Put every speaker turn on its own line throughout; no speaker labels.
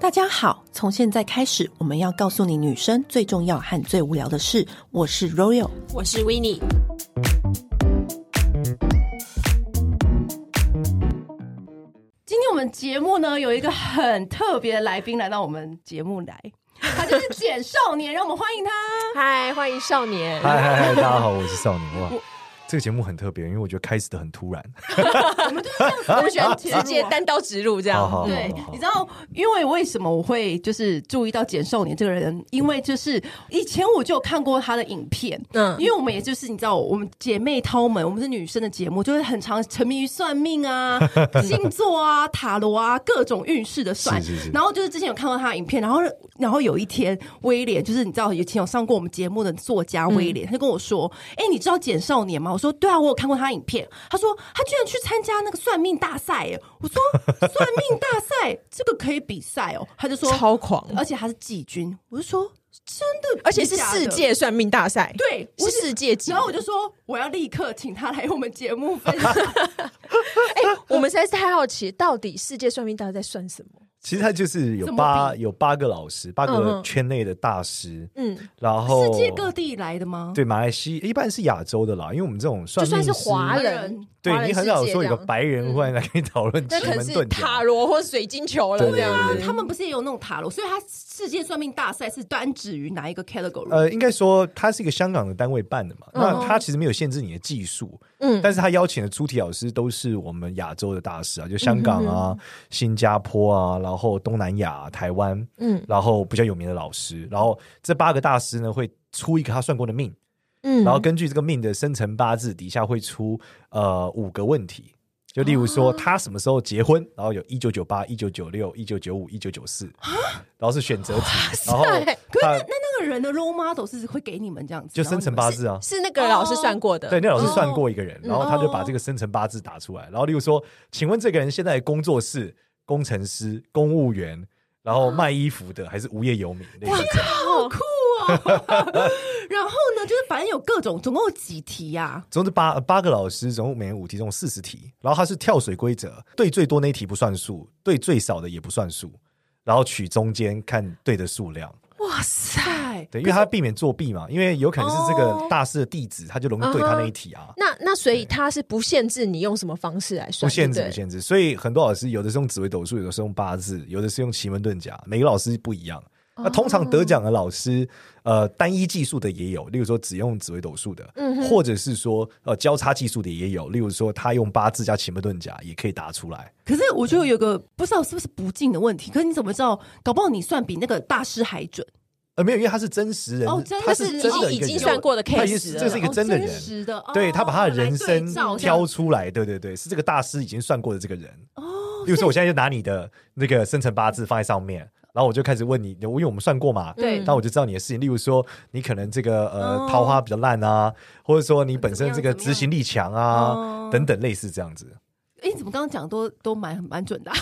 大家好，从现在开始，我们要告诉你女生最重要和最无聊的事。我是 Royal，
我是 w i n n i e
今天我们节目呢有一个很特别的来宾来到我们节目来，他就是简少年，让我们欢迎他。
嗨，欢迎少年。
嗨嗨嗨，大家好，我是少年。哇，这个节目很特别，因为我觉得开始的很突然。
我们就是这样子，
我
我
们
们
喜
喜
欢
欢
直接单刀直入这
好好
样。
好
对
好，好
你知道，因为为什么我会就是注意到简少年这个人？因为就是以前我就有看过他的影片，
嗯
嗯，因为我们也就是你知道，我们姐妹掏门，我们是女生的节目，就会很常沉迷于算命啊、星座啊、塔罗啊各种运势的算。
是是是
然后就是之前有看过他的影片，然后然后有一天威廉，就是你知道以前有上过我们节目的作家
嗯
威廉，他就跟我说：“哎、你知道简少年吗？”我说：“对啊，我有看过他的影片。”他说：“他居然去参加那个算命大赛。”哎，我说：“算命大赛 这个可以比赛哦。”他就说：“
超狂
而且他是季军。”我就说：“真的，
而且是
假的
世。界算命大赛”，
对，我
是世界级。
然后我就说，我要立刻请他来我们节目 分享。
哎， 我们实在是太好奇，到底世界算命大赛在算什么？
其实他就是有
怎么
八
比
有八个老师，八
嗯
个
嗯
圈内的大师，
嗯，
然后
世界各地来的吗？
对马来西一般是亚洲的啦，因为我们这种
就
算
算
命师
是华人
人，
华
对
人
你很
世
少
界
说
这
有个
样嗯
白人忽然来跟你讨论
那
奇
可能
门
是
遁
塔
甲。
罗或水晶球了
对
这样
对
子。
他们不是也有那种塔罗，所以他世界算命大赛是单指于哪一个 category？、
呃，应该说它是一个香港的单位办的嘛，
嗯
那它其实没有限制你的技术，
嗯
但是他邀请的出题老师都是我们亚洲的大师啊，就
嗯
香港啊、新加坡啊，然后东南亚啊、台湾，
嗯
然后比较有名的老师，然后这八个大师呢会出一个他算过的命，
嗯
然后根据这个命的生辰八字底下会出呃五个问题，就例如
啊
说他什么时候结婚，然后有一九九八、一九九六、一九九五、一九九四，
啊
然后是选择题，然后
可是那
他
那那个人的 role model 是会给你们这样子，
就生辰八字啊。
是那个老师算过的。
对，那老师算
哦
过一个人，然后他就把这个生辰八字打出来，然后例如说，请问这个人现在的工作是工程师、公务员，然后卖衣服的，还是无业游民？类似这样
好酷哦！然后呢，就是反正有各种，总共有几题呀、
总之八八个老师，总共每人五题，总共四十题。然后它是跳水规则，对最多那一题不算数，对最少的也不算数，然后取中间看对的数量。
哇塞！
哎，
对，因为他避免作弊嘛，因为有可能是这
哦
个大师的弟子，他就容易对他那一题啊。
那那所以它是不限制你用什么方式来
不
算，
限制，
对
不
对
限制，所以很多老师有的是用紫微斗数，有的是用八字，有的是用奇门遁甲，每个老师不一样。那通常得奖的老师，呃，单一技术的也有，例如说只用紫微斗数的，
嗯哼
或者是说呃交叉技术的也有，例如说他用八字加奇门遁甲也可以答出来。
可是我觉得有个不知道是不是不敬的问题，可是你怎么知道？搞不好你算比那个大师还准，
呃，没有，因为他是真实人，
哦真
他
的
是
是
真
已
的
经
一个
已经
人
算过的
他已
case
经
了
这是一个
哦
真的人，
真实的，哦
对他把他的人
来
生
对照这样
挑出来，对对对，是这个大师已经算过的这个人。
哦，
例如说，我现在就拿你的那个生辰八字放在上面，然后我就开始问你，因为我们算过嘛，
嗯
对
那我就知道你的事情。例如说，你可能这个
哦
呃桃花比较烂啊，或者说你本身这个
怎么样哦
执行力强
怎么
啊
样，
等等，类似这样子。
哎，你怎么刚刚讲都都蛮蛮准的啊、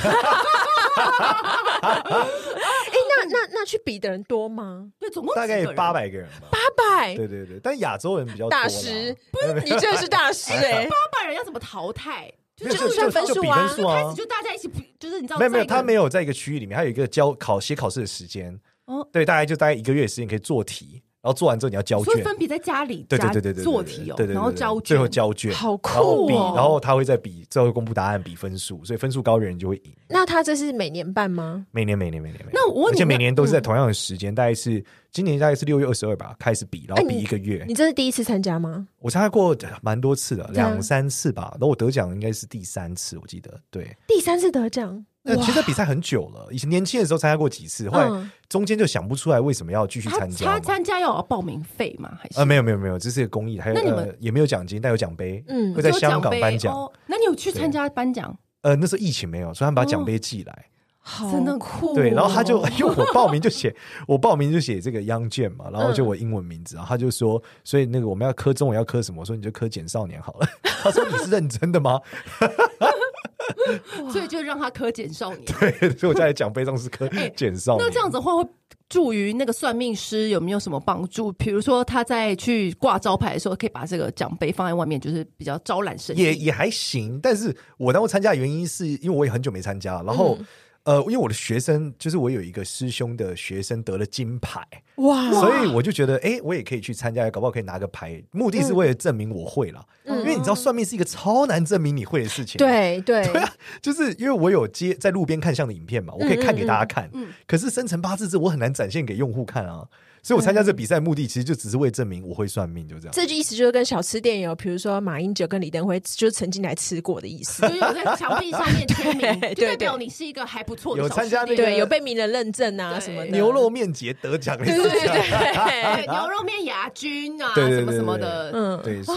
哎，那那那去比的人多吗？
对，总共
大概
哦几个人
八。百个人吧。
八百，
对对对，但亚洲人比较多啦
大师， 不是你真的是大师哎！
八百人要怎么淘汰？就
没有
是
就
算分
就
数啊
就比分数
开
啊
始。就大家一起不，就是你知道
没有没有，他没
有
有在一个区域里面，他有一个交考写考试的时间。
哦
对，大概就大概一个月的时间可以做题，然后做完之后你要交
所以
卷。
分别在家里
对
家
对对对对，
做题哦
对对，对
然后
对
交卷，
最后交卷，
好酷
然后比
哦
然后他会再比，最后公布答案，比分数，所以分数高的人就会赢。
那他这是每年办吗？
每年每年每年每年，
那我问
而
你
且每
那
年都是在同样的时间，大概是今年大概是六月二十二吧开始比，然后
哎
比
你
一个月
你。这是第一次参加吗？
我参加过呃蛮多次的，
对啊
两三次吧。然后我得奖应该是第三次，我记得对。
第三次得奖，
那其实这比赛很久了，以前年轻的时候参加过几次，后
嗯
来中间就想不出来为什么要继续
他
参加
他
嘛。
参加要有报名费吗？还是
呃，没有没有没有，这是一个公益，还有
那你
呃
们
也没有奖金，但有奖杯，
嗯
会在
只有
香港
杯
颁奖。
哦那你有去参加颁奖？
呃，那时候疫情没有，所以他们把奖杯寄来。
好
真的哦酷哦。
对，然后他就 因为我报名就写，我报名就写这个 Young j a m 嘛，然后
嗯
就我英文名字，然后他就说，所以那个我们要磕中文要磕什么？我说你就磕简少年好了。 他说你是认真的吗？
所以就让他科检少 年。
对，所以我在奖杯上是磕简少年。
哎那这样子的话，会助于那个算命师有没有什么帮助？比如说他在去挂招牌的时候，可以把这个奖杯放在外面，就是比较招揽生意。
嗯
也也还行，但是我当时参加的原因是因为我也很久没参加，然后、呃，因为我的学生就是我有一个师兄的学生得了金牌，
哇
所以我就觉得，哎，我也可以去参加，搞不好可以拿个牌。目的是为了证明我会啦，
嗯
因为你知道算命是一个超难证明你会的事情。。啊
对对，
就是因为我有接在路边看相的影片嘛，我可以看给大家看。
嗯嗯嗯
可是生辰八字这我很难展现给用户看啊，所以我参加这
嗯
比赛的目的其实就只是为证明我会算命，就这样。
这句意思就是跟小吃店有，比如说马英九跟李登辉，就是曾经来吃过的意思。
就是有在墙壁上面签
对
名，就
对
代表你是一个还不错的
有
小
参加
吃店
那个
对，有啊被名人认证啊
对
什么的。
牛肉面节得奖的
对，对
事
对
情，
对。
对牛肉面亚军啊，
对对
什么
对
什么
对
的，
嗯，
对，是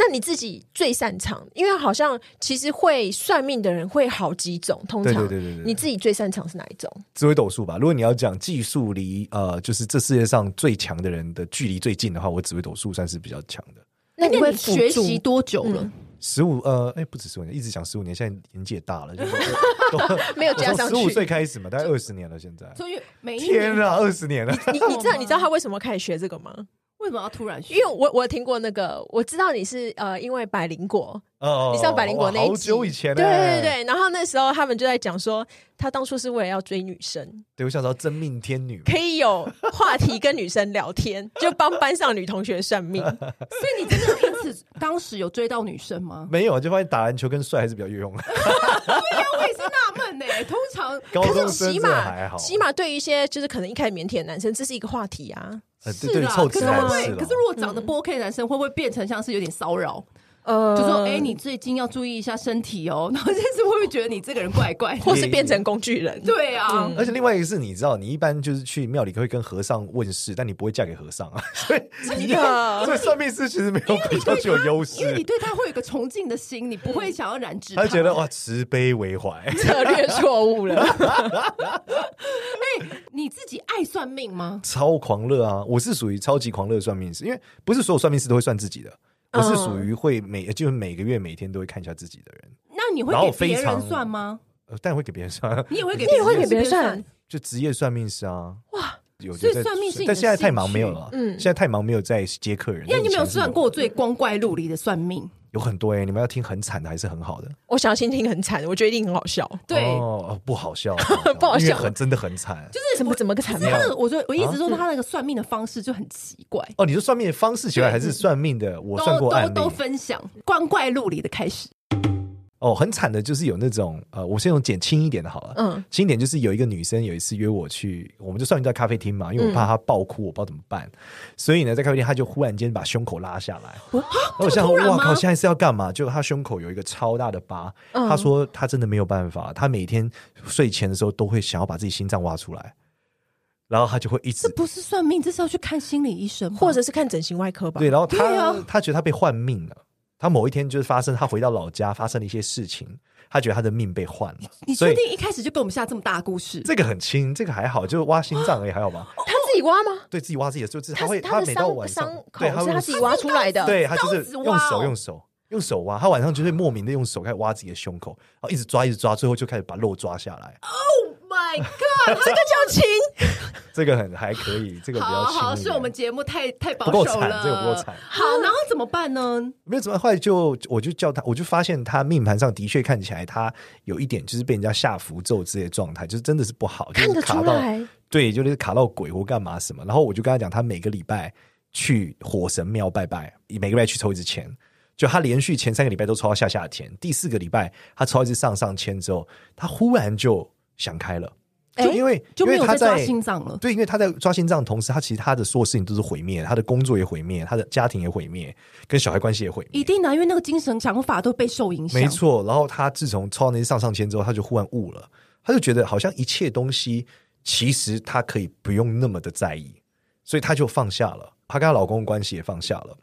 那你自己最擅长，因为好像其实会算命的人会好几种，通常
对对对对对对
你自己最擅长是哪一种？
紫微斗数吧。如果你要讲技术离呃，就是这世界上最强的人的距离最近的话，我紫微斗数算是比较强的。
那
那
你会辅
学
助
习多久了
嗯？
十五呃，哎，不止十五年，一直讲十五年，现在年纪也大了， 就是
没有
我
加
从
上
哦十五
去
岁？开始嘛，大概二十年了，现在。
所以每一
天
年
啊，二十年了！
你你知道你知道他为什么开始学这个吗？
为什么要突然学？
因为我我听过那个，我知道你是呃，因为百灵果，
哦，
你上百灵果那一集
好久以前了，
对
欸
对对对，然后那时候他们就在讲说，他当初是为了要追女生，
对，我想到真命天女嘛，
可以有话题跟女生聊天， 就帮班上女同学算 命。
所以你真的有因此当时有追到女生 吗？
没有，就发现打篮球跟帅还是比较有用。
对呀，哎我也是纳闷呢。通常
高
可
中
是
生
起
真的还
码
好，
起码对于一些就是可能一开始腼腆的男生，这是一个话题啊。
呃对
是
对
啦，
臭
可
直
是会不
男是啊
会，
啦
可是如果长得不 OK 的男生，会不会变成像是有点骚扰？
呃，
就说哎，你最近要注意一下身体哦。 然后这次会不会觉得你这个人怪怪的？
或是变成工具人，
对啊，
而且另外一个是，你知道，你一般就是去庙里会跟和尚问事，但你不会嫁给和尚啊， 所以
真的
所以算命师其实没有比较具有优
因为你
势。
对他会有一个崇敬的心，你不会想要染指
他就觉得哇，慈悲为怀，
策略错误了。
哎你自己爱算命吗？
超狂热啊！我是属于超级狂热的算命师，因为不是所有算命师都会算自己的，我是属
哦
于会每呃就是每个月每天都会看一下自己的人，
那你会
然后
给别
非常
人算吗？
呃但会给别人算，
你也会给
你也会给别人算
算？
就职业算命师啊，哇，有
所以
就在
算命是你的
但现在太忙
兴趣
没有了，嗯
嗯，
现在太忙没有在接客人，
因为你没有
以前是
算过最光怪陆离的算命，
有很多哎、你们要听很惨的还是很好的？
我想要先听很惨，我觉得一定很好笑。
对，
哦，哦不 好笑，
不好笑
因为很真的很惨。
就是
怎么
我
怎么个惨啊
可是他
法？
的，我就我一直
啊
说他那个算命的方式就很奇怪，
哦，你说算命的方式奇怪，还是算命的？我算
都
过案
都
例
都分享光怪陆离的开始。
哦，很惨的，就是有那种呃，我先用减轻一点的好了，
嗯
轻一点就是有一个女生有一次约我去，我们就算命在咖啡厅嘛，
嗯
因为我怕她爆哭，我不知道怎么办，所以呢，在咖啡厅她就忽然间把胸口拉下来，
我
然后我想
啊突然
说，哇
吗
靠，现在是要干嘛？就她胸口有一个超大的疤，
嗯
她说她真的没有办法，她每天睡前的时候都会想要把自己心脏挖出来，然后她就会一
这
直
不是算命，这是要去看心理医生吗，
或者是看整形外科吧。
对，然后他、
对啊
他觉得他被换命了。他某一天就是发生，他回到老家发生了一些事情，他觉得他的命被换了。
你
所
确
以
定一开始就跟我们下这么大的故事？
这个很轻，这个还好，就是挖心脏而已，还好吧？
他自己挖吗？
对自己挖自己的，就是
他
会
是他的
每到晚
伤
上
伤，口
对，他
是
会
他自己挖出来的。
对他就
刀
是
子挖
用
哦
手用手用手挖，他晚上就会莫名的用手开始挖自己的胸口，然后一直抓一直抓，最后就开始把肉抓下来。
My God！
这个叫亲。
这个很还可以，这个比
好
较轻一点。
好，是我们节目太太保
不够
守
惨
了，
这个不够惨嗯
好，然后怎么办呢？
没有怎么后来就我就叫他，我就发现他命盘上的确看起来他有一点就是被人家下符咒之类的状态，就是真的是不好，就
看
是
得
卡
出
到
来
对，就是卡到鬼或干嘛什么。然后我就跟他讲，他每个礼拜去火神庙拜拜，每个礼拜去抽一支签。就他连续前三个礼拜都抽到下下签，第四个礼拜他抽一支上上签之后，他忽然就想开了，就
哎
因为
就
因
没
为
有
他
抓
在
心脏了。
对，因为他在抓心脏的同时，他其实他的所有事情都是毁灭，他的工作也毁灭，他的家庭也毁灭，跟小孩关系也毁灭
一。定的啊，因为那个精神想法都被受影响。
没错，然后他自从抽到那些上上签之后，他就忽然悟了，他就觉得好像一切东西其实他可以不用那么的在意，所以他就放下了，她跟她老公的关系也放下了，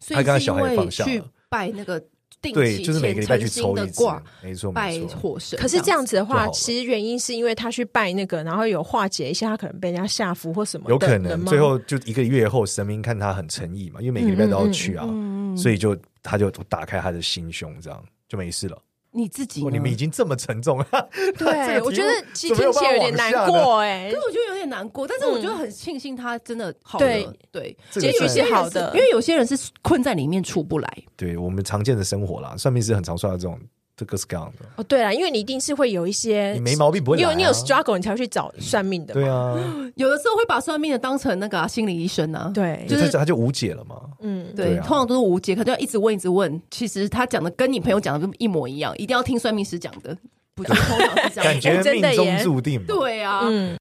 所以
他跟他
是
小
因
孩也
为
放下
去
了
拜那个定
对，
期
就是每个礼拜去
虔诚
抽一
的
支
卦，，
没错
拜
没错。
火神。
可是这样
子，
子的
就好
话，
了
其实原因是因为他去拜那个，然后有化解一下他可能被人家下符或什么的，
有可能
吗
最后就一个月后，神明看他很诚意嘛，因为每个礼拜都要去啊，
嗯
所以就他就打开他的心胸，这样就没事了。
你自己
哦
呢，
你们已经这么沉重了，这个题
对，
目
我觉得其实
怎么
听
办
起来有点
往
难
下呢
过哎嗯
可。是我觉得有点难过，但是我觉得很庆幸他真的好了。
对
对，
这个
结局
算
是好
因
的，
为有些人是困在里面出不来。
对我们常见的生活啦，算命师很常算到这种这个是这样的，
哦，对了，因为你一定是会有一些
你没毛病不会
呃你
来
有
啊嗯
你有 struggle，你才会去找算命的嘛。
对啊，
有的时候会把算命的当成那个啊、心理医生啊，
对
就
就是是他就无解了 嘛。
嗯，
对，
对啊
通常都是无解，可就要一直问，一直问。其实他讲的跟你朋友讲的一模一样，一定要听算命师讲的，不就通常是这
感
样？
觉
真
命
的耶
中注定嘛，
对啊，
嗯，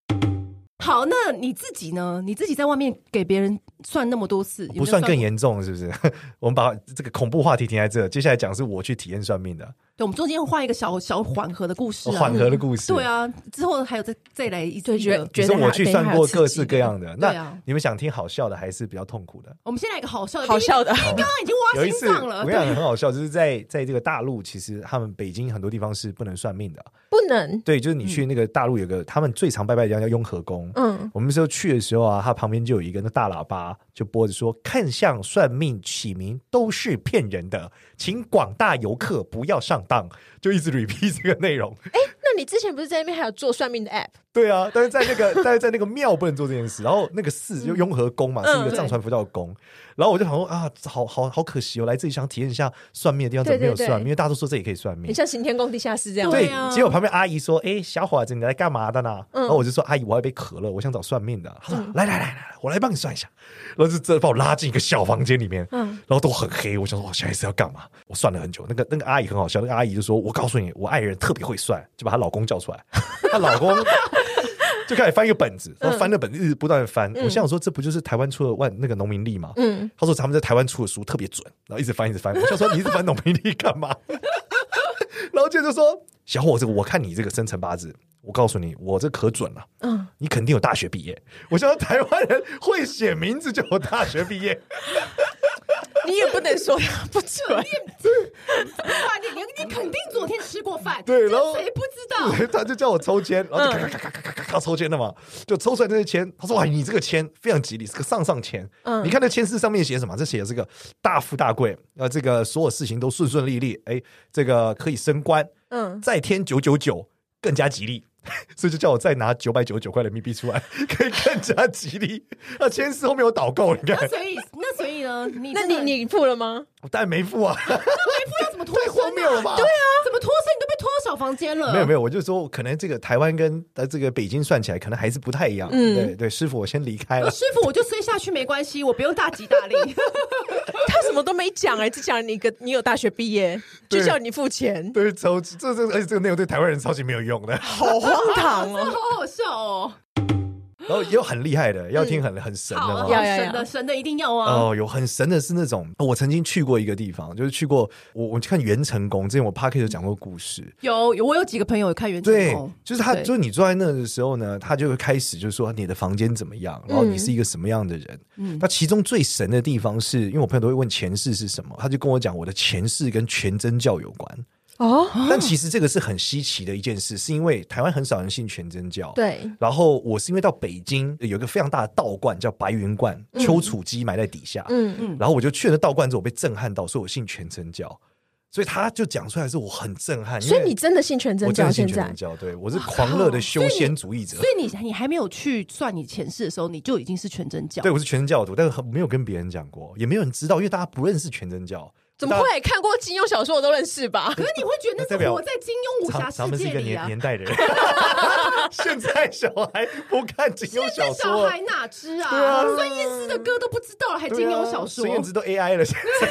好，那你自己呢？你自己在外面给别人算那么多次，有没有
不算更
过？
严重，是不是？ 我们把这个恐怖话题停在这，接下来讲是我去体验算命的
对，我们中间画一个小小缓和的故事、啊，
缓和的故事。
对，啊，之后还有再再来一
对
一
觉得
个。
你
觉
是
得
我
还
去
对
算
还有
过
刺
各
激
式各样的。
对
那
啊
你们想听好笑的还是比较痛苦的？哦
我们先来一个好笑的，
好笑的，
刚刚已经挖
有一
心
次，
脏
我
了，
跟你讲
对
很好笑，就是在在这个大陆，其实他们北京很多地方是不能算命的。
不能，
对，就是你去那个大陆有个他们最常拜拜的地方叫雍和宫。
嗯，
我们那时候去的时候啊，它旁边就有一个那大喇叭，就播着说：“看相、算命、起名都是骗人的，请广大游客不要上当。”就一直 repeat 这个内容。
那你之前不是在那边还有做算命的 app？
对啊，但是在那个但是在那个庙不能做这件事，然后那个寺就雍和宫嘛，
嗯
是一个藏传佛教的宫。然后我就想说啊，好好好可惜哦，来这里想体验一下算命的地方怎么没有
对对
算，
对
因为大家都说这里可以算命
很。像刑天宫地下室这样。
对
对啊，
结果旁边阿姨说：“哎、小伙子，你来干嘛的呢？”然后我就说：“阿姨，我要一杯可乐，我想找算命的。”她说：“来来来来，我来帮你算一下。”然后就真的把我拉进一个小房间里面，
嗯
然后都很黑。我想说，我下一次要干嘛？我算了很久。那个那个阿姨很好笑，那个阿姨就说：“我告诉你，我爱人特别会算。” 就把她老公叫出来，她老公。 就开始翻一个本子，然后翻那本子一直不断地翻。我心想说，这不就是台湾出的万那个农民历吗？
嗯，
他说他们在台湾出的书特别准，然后一直翻一直翻。我想说你一直翻农民历干嘛？然后接着就说小伙子，我看你这个生辰八字，我告诉你，我这可准了、
嗯，
你肯定有大学毕业。我想说台湾人会写名字就有大学毕业，
你也不能说它不准，
吧？你你你肯定昨天吃过饭，
对
这个
然后
谁不知 道？
他就叫我抽签，然后
嗯
就咔咔咔咔咔咔咔抽签了嘛，就抽出来那些签，他说哇，你这个签非常吉利，是个上上签。
嗯
你看那签诗上面写什么？这写的这个大富大贵，呃，这个所有事情都顺顺利利，哎，这个可以升官。
嗯，
再添九九九更加吉利， 所以就叫我再拿九百九十九块人民币出来， 可以更加吉利。那签诗后面有导购，你
那
看，
所以那所以呢？你
那
真
你
的
你付了吗？
我当然没 付啊，
不知道怎么脱
太
身啊
荒谬了吧？
对啊，怎么脱身？你都被拖到小房间了。
没有没有，我就说可能这个台湾跟呃这个北京算起来，可能还是不太一样。
嗯
对对，师傅我先离开
我
了。
师傅，我就睡下去没关系，我不用大吉 大利。
他什么都没讲哎，只讲你个你有大学毕业，
对
就叫你付钱，
对，超这这，而且这个内容对台湾人超级没有用的，
好荒唐哦！
好好笑哦！
然后也有很厉害的，要听很很神的
好，
嘛
好。
要
神的神的一定要啊！
哦，有很神的是那种，哦我曾经去过一个地方，就是去过我我去看元成宫，之前我 p a r k 有讲过故事，
有有，我有几个朋友有看袁成
对
功，，
就是他，
对
就是你坐在那的时候呢，他就会开始就是说你的房间怎么样，然
嗯
后你是一个什么样的人。那其中最神的地方是，因为我朋友都会问前世是什么，他就跟我讲我的前世跟全真教有关。
哦，
但其实这个是很稀奇的一件事，是因为台湾很少人信全真教。。
对，
然后我是因为到北京有一个非常大的道观叫白云观，丘处机埋在底下。
嗯嗯，
嗯
然后我就去了那道观之后，我被震撼到，所以我信全真教。所以他就讲出来的时候，我很震撼。因
所以
为
你真的信全真
我真
教
的信
现
全
在
真？教，对我是狂热的修仙主义者
哦所，以你你还没有去算你前世的时候，你就已经是全真教。
对我是全真教徒，但是很没有跟别人讲过，也没有人知道，因为大家不认识全真教，
怎么会看过金庸小说我都认识 吧？
可是你会觉得
代
那
表
是活在金庸武
大家？
侠世
咱咱们是一
界
个
里
年
啊！
年代人， 现在小孩不看金庸
现在
小
小
说，
孩哪知啊？
对啊
孙燕姿的歌都不知道了，还金
对啊
庸小说
孙？燕姿都 AI 了，现在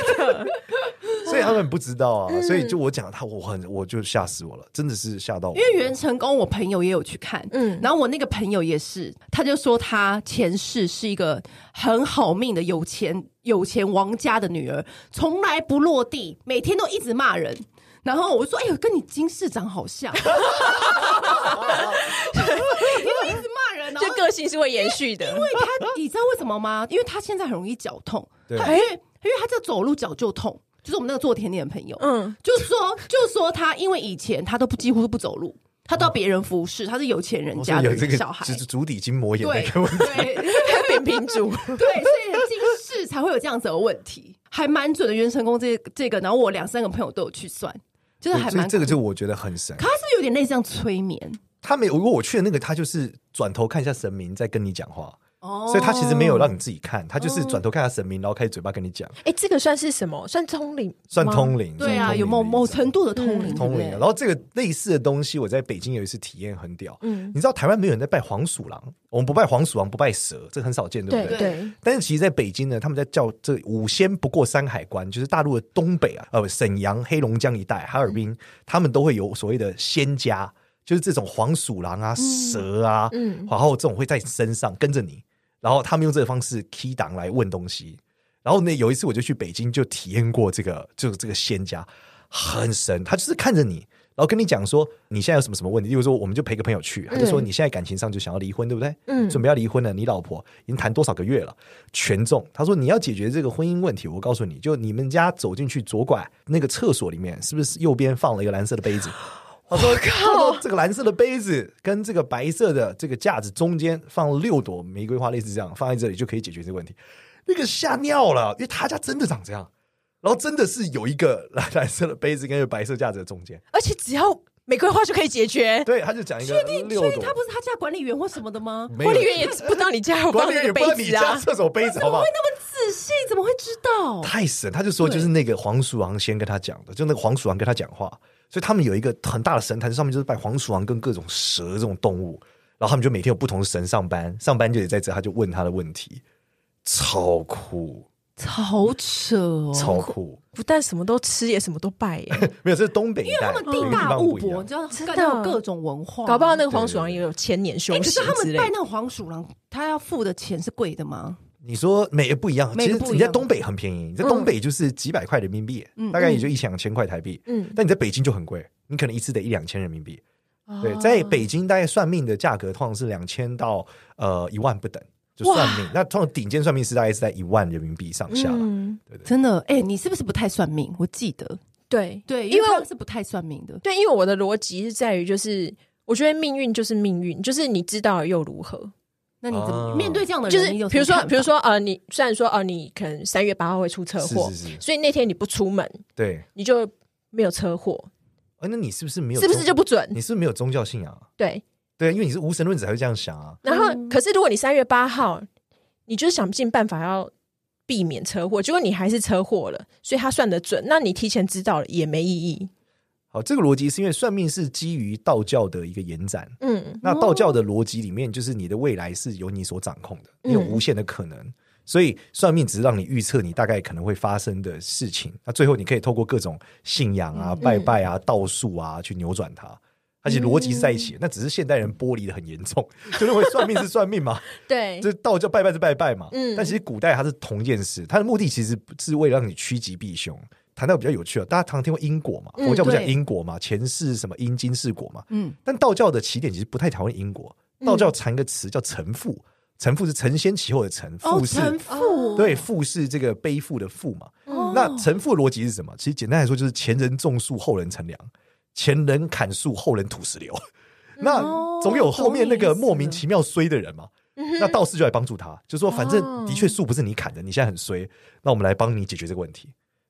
所以他们不知道
嗯
啊，所以就我讲他，我很我就吓死我了，真的是吓到我，
因为袁成功，我朋友也有去看，
嗯
嗯，然后我那个朋友也是，他就说他前世是一个很好命的有钱有钱王家的女儿，从来不落地，每天都一直骂人。然后我就说：“哎呦，跟你金市长好像， 每天都一直骂人。”哦然后
这个性是会延续的，
因为哎他，你知道为什么 吗？因为他现在很容易脚痛，
对
他因为因为他这走路脚就痛，就是我们那个做甜点的朋友，
嗯，
就说就说他，因为以前他都不几乎不走路，他都要别人服侍，他是有钱人
我
家
说哦有
的
这个
小孩，
足足底筋膜炎
对
那个问题，
对
还有扁平足，
对，所以近视才会有这样子的问题，还蛮准的。元成功这这个，然后我两三个朋友都有去算，就是还
所以
蛮
这个
可
就我觉得很神。
他是不是有点类似像催眠？
他没有，如果我去的那个，他就是转头看一下神明，在跟你讲话。
哦
所以他其实没有让你自己看，他就是转头看他神明，然后开始嘴巴跟你讲，
哎，这个算是什么？算通灵吗？
算通灵，
哦对
算通
啊，
灵
有某
的意思嗯
某程度的通灵，对不
通灵
对
的。然后这个类似的东西，我在北京有一次体验很屌。
嗯，
你知道台湾没有人在拜黄鼠狼，我们不拜黄鼠狼，不拜蛇，这很少见，对不
对
对？
对，
但是其实，在北京呢，他们在叫这五仙不过山海关，就是大陆的东北啊，呃，沈阳、黑龙江一带、哈尔
嗯
滨，他们都会有所谓的仙家，就是这种黄鼠狼啊、蛇啊，
嗯
然后这种会在身上跟着你，然后他们用这个方式 key 档来问东西。然后呢，有一次我就去北京，就体验过这个，就是这个仙家很神，他就是看着你，然后跟你讲说你现在有什么什么问题，例如说我们就陪个朋友去，他就说
嗯
你现在感情上就想要离婚，对不对？
嗯
准备要离婚了，你老婆已经谈多少个月了？全中。他说你要解决这个婚姻问题，我告诉你就你们家走进去左拐那个厕所里面，是不是右边放了一个蓝色的杯子？他说：“靠，这个蓝色的杯子跟这个白色的这个架子中间放六朵玫瑰花，类似这样放在这里就可以解决这个问题。”那个吓尿了，因为他家真的长这样，然后真的是有一个 蓝蓝色的杯子跟一个白色架子的中间。
而且只要玫瑰花就可以解决。
对，他就讲一个六
所以
朵
他，不是他家管理员或什么的吗？
没有
管理员也不知道你家 有
管
放
理
那
员
个
也
杯
不知道你
子
家
啊，
厕所杯子好不好
会？那么仔细，怎么会知道？
太神！他就说，
对
就是那个黄鼠狼先跟他讲的，就那个黄鼠狼跟他讲话，所以他们有一个很大的神坛，上面就是拜黄鼠狼跟各种蛇这种动物，然后他们就每天有不同的神上班，上班就得在这，他就问他的问题，超酷，
好扯哦！
超酷！
不但什么都吃，也什么都拜 耶。
没有，这是东北一带，
嗯他们
每个
嗯地
地
大
方
物
不一
博，你
样。
知道，
真的
干到各种文化，
搞不好那个黄鼠狼也有千年修
哎，可是
行
他
之
们
类
拜
的。
那个黄鼠狼，他要付的钱是贵的吗？
你说每个不一样，
每
其
个不
实
一样
你在东北很便宜，你在东北就是几百块人民币，
嗯
大概也就一两千块台币，
嗯，
但你在北京就很贵，你可能一次得一两千人民币。对，
哦
在北京大概算命的价格通常是两千到呃一万不等，就算命。那通常顶尖算命师大概是在一万人民币上下了。
嗯，
对对，
真的，哎，你是不是不太算命？我记得，
对
对，因
因
为他
为
们是不太算命的。
对，因为我的逻辑是在于，就是我觉得命运就是命运，就是你知道了又如何？
那你怎么
哦
面对这样的人？
就是
你有什
啊比
么
如说，
看法
比如，说呃，你虽然说呃，你可能三月八号会出车祸，
是是是
所以那天你不出门，
对。
你就没有车祸，
啊，那你是不是没有
是
宗？
不是就不准
你？是不是没有宗教信仰啊？
对。
对，因为你是无神论者，才会这样想啊。
然后，
嗯
可是如果你三月八号，你就是想尽办法要避免车祸，结果你还是车祸了，所以他算得准，那你提前知道了也没意义。
好，这个逻辑是因为算命是基于道教的一个延展。
嗯
那道教的逻辑里面，就是你的未来是由你所掌控的，
嗯
你有无限的可能。所以算命只是让你预测你大概可能会发生的事情，那最后你可以透过各种信仰啊、
嗯
拜拜啊、道术啊去扭转它。而且逻辑是在一起的，那只是现代人剥离的很严重， 就认为算命是算命嘛，
对
哎
这道教拜拜是拜拜嘛。
嗯
但其实古代它是同一件事，它的目的其实是为了让你趋吉避凶。谈到比较有趣的，啊大家常听过因果嘛，
嗯
佛教不讲
对
因果嘛，前世什么因今世果嘛，
嗯，
但道教的起点其实不太讨论因果，道教缠一个词叫承父，承父是承先启后的承，
哦，
父是、
陈父，
对父是这个背负的父嘛。
哦，
那承父的逻辑是什么？其实简单来说就是前人种树，后人乘凉；前人砍树，后人土石流。
嗯
那
哦
总有后面那个
懂你意思
莫名其妙衰的人嘛，那道士就来帮助他，就说反
哦
正的确树不是你砍的，你现在很衰，那我们来帮你解决这个问题。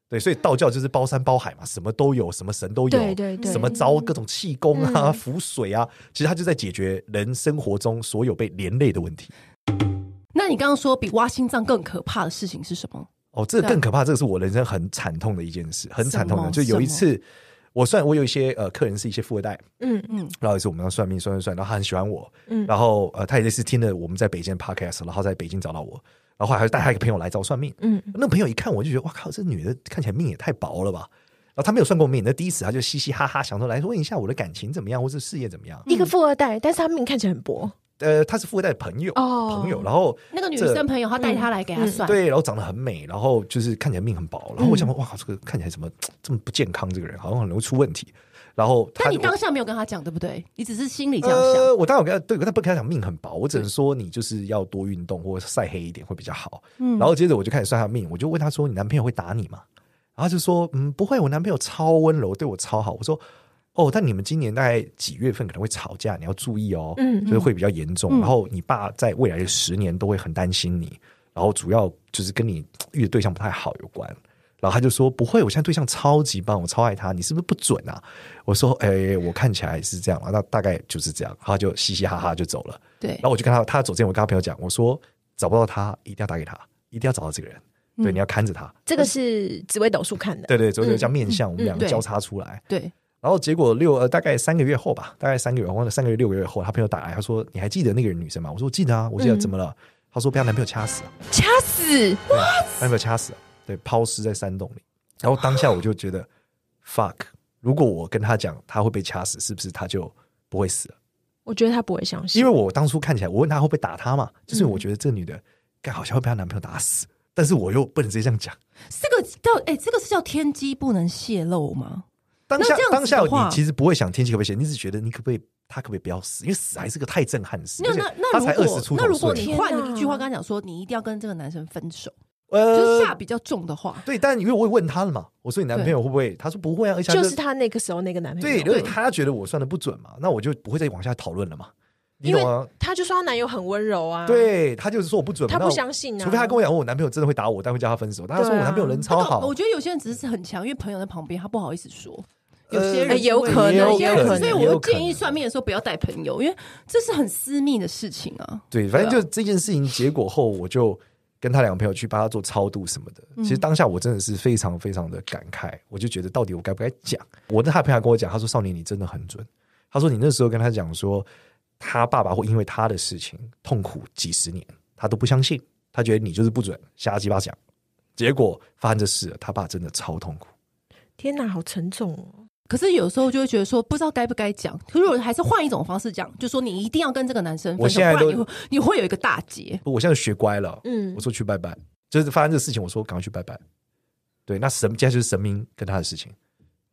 对，所以道教就是包山包海嘛，什么都有，什么神都有，
对对对嗯
什么招各种气功啊、符水啊，其实他就在解决人生活中所有被连累的问题。
那你刚刚说比挖心脏更可怕的事情是什么？
哦，这个
对
更可怕，这个是我人生很惨痛的一件事，很惨痛
什
的。
么
就有一次，我算我有一些呃客人是一些富二代，
嗯
嗯，
然后有一次我们要算命算算算，然后他很喜欢我，
嗯
然后呃他也是听了我们在北京的 podcast，然后在北京找到我，然后后来还带他一个朋友来找我算命，
嗯，
那个朋友一看我就觉得哇靠，这女的看起来命也太薄了吧。然后他没有算过命，那第一次他就嘻嘻哈哈，想说来问一下我的感情怎么样，或是事业怎么样。
一个富二代，但是他命看起来很薄，
呃，他是富二代的朋友，
哦
朋友，然后
那个女
这
生朋友，她带他来给他算，
对，然后长得很美，然后就是看起来命很薄，然后我
嗯
想说，哇靠，这个看起来怎么这么不健康？这个人好像很容易出问题。然后他，
但你当下没有跟他讲，对不对？你只是心里这
我
样想。
呃，我当然有跟他对，但不跟他讲命很薄，我只能说你就是要多运动或晒黑一点会比较好。
嗯
然后接着我就开始算他命，我就问他说：“你男朋友会打你吗？”然后他就说：“嗯，不会，我男朋友超温柔，对我超好。”我说：“哦，但你们今年大概几月份可能会吵架，你要注意哦，
嗯
就是会比较严重。
嗯
然后你爸在未来的十年都会很担心你，然后主要就是跟你遇的对象不太好有关。”然后他就说：“不会，我现在对象超级棒，我超爱他，你是不是不准啊？”我说：“哎、我看起来是这样啊，那大概就是这样。”他就嘻嘻哈哈就走了。
对
然，后我就跟他，他走之前，我跟他朋友讲，我说找不到他，一定要打给他，一定要找到这个人。对，你要看着他。
这个是紫微斗数看的，
对对，所以就叫面相，我们
嗯嗯
两个
对
交叉出来。
对，
然后结果六呃，大概三个月后吧，大概三个月后，或者三个月六个月后，他朋友打来，他说：“你还记得那个女生吗？”我说：“我记得啊，我记得
嗯
怎么了？”他说：“被她男朋友掐死了，
掐死，
对她男朋友掐死了，对，抛尸在山洞里。”然后当下我就觉得 fuck，如果我跟他讲他会被掐死，是不是他就不会死了？
我觉得他不会相信，
因为我当初看起来，我问他会不会打他嘛，就是
嗯
我觉得这女的干好像会被她男朋友打死，但是我又不能直接这样讲。
这个叫哎、这个是叫天机不能泄露吗？
当下
那这样子
当下
的话
你其实不会想天气可不可以写，你只觉得你可不可以他可不可以不要死，因为死还是个太震撼的事，
那
而且
那那
他才
如
二十出
果那
头
如果
岁，
你
天
换
哪
一句话跟他讲说，你一定要跟这个男生分手，就是下
呃，
比较重的话，
对，但因为我也问他了嘛，我说你男朋友会不会？他说不会啊，而且
就是他那个时候那个男朋
对，
友，
因为他觉得我算的不准嘛，那我就不会再往下讨论了嘛，你
因为
懂吗？
他就说他男友很温柔啊，，
对他就是说我不准嘛，
他
那
不
我
相信啊，
除非他跟我讲我男朋友真的会打我，但会叫他分手，但他说
对啊
我男朋友人
那
超
个
好呃
我，觉得有些人只是很强，因为朋友在旁边，他不好意思说。有
呃
些人
有
会
可能
有些
也有
人
可能
所以
也
我会
有可能
建议算命的时候不要带朋友，因为这是很私密的事情啊。
对，反正
对
就这件事情结果后，我就跟他两个朋友去帮他做超度什么的。其实当下我真的是非常非常的感慨，我就觉得到底我该不该讲？我那他朋友跟我讲，他说：“少年，你真的很准。”他说：“你那时候跟他讲说，他爸爸会因为他的事情痛苦几十年，他都不相信，他觉得你就是不准，瞎鸡巴讲。”结果发生这事了，他爸真的超痛苦。
天哪，好沉重哦，
可是有时候就会觉得说，不知道该不该讲。可是我还是换一种方式讲，就说你一定要跟这个男生
我
分手，
现在
不然
都
你会你会有一个大劫。
我现在学乖了，
嗯
我，说去拜拜，就是发生这个事情，我说赶快去拜拜。对，那神接下来就是神明跟他的事情，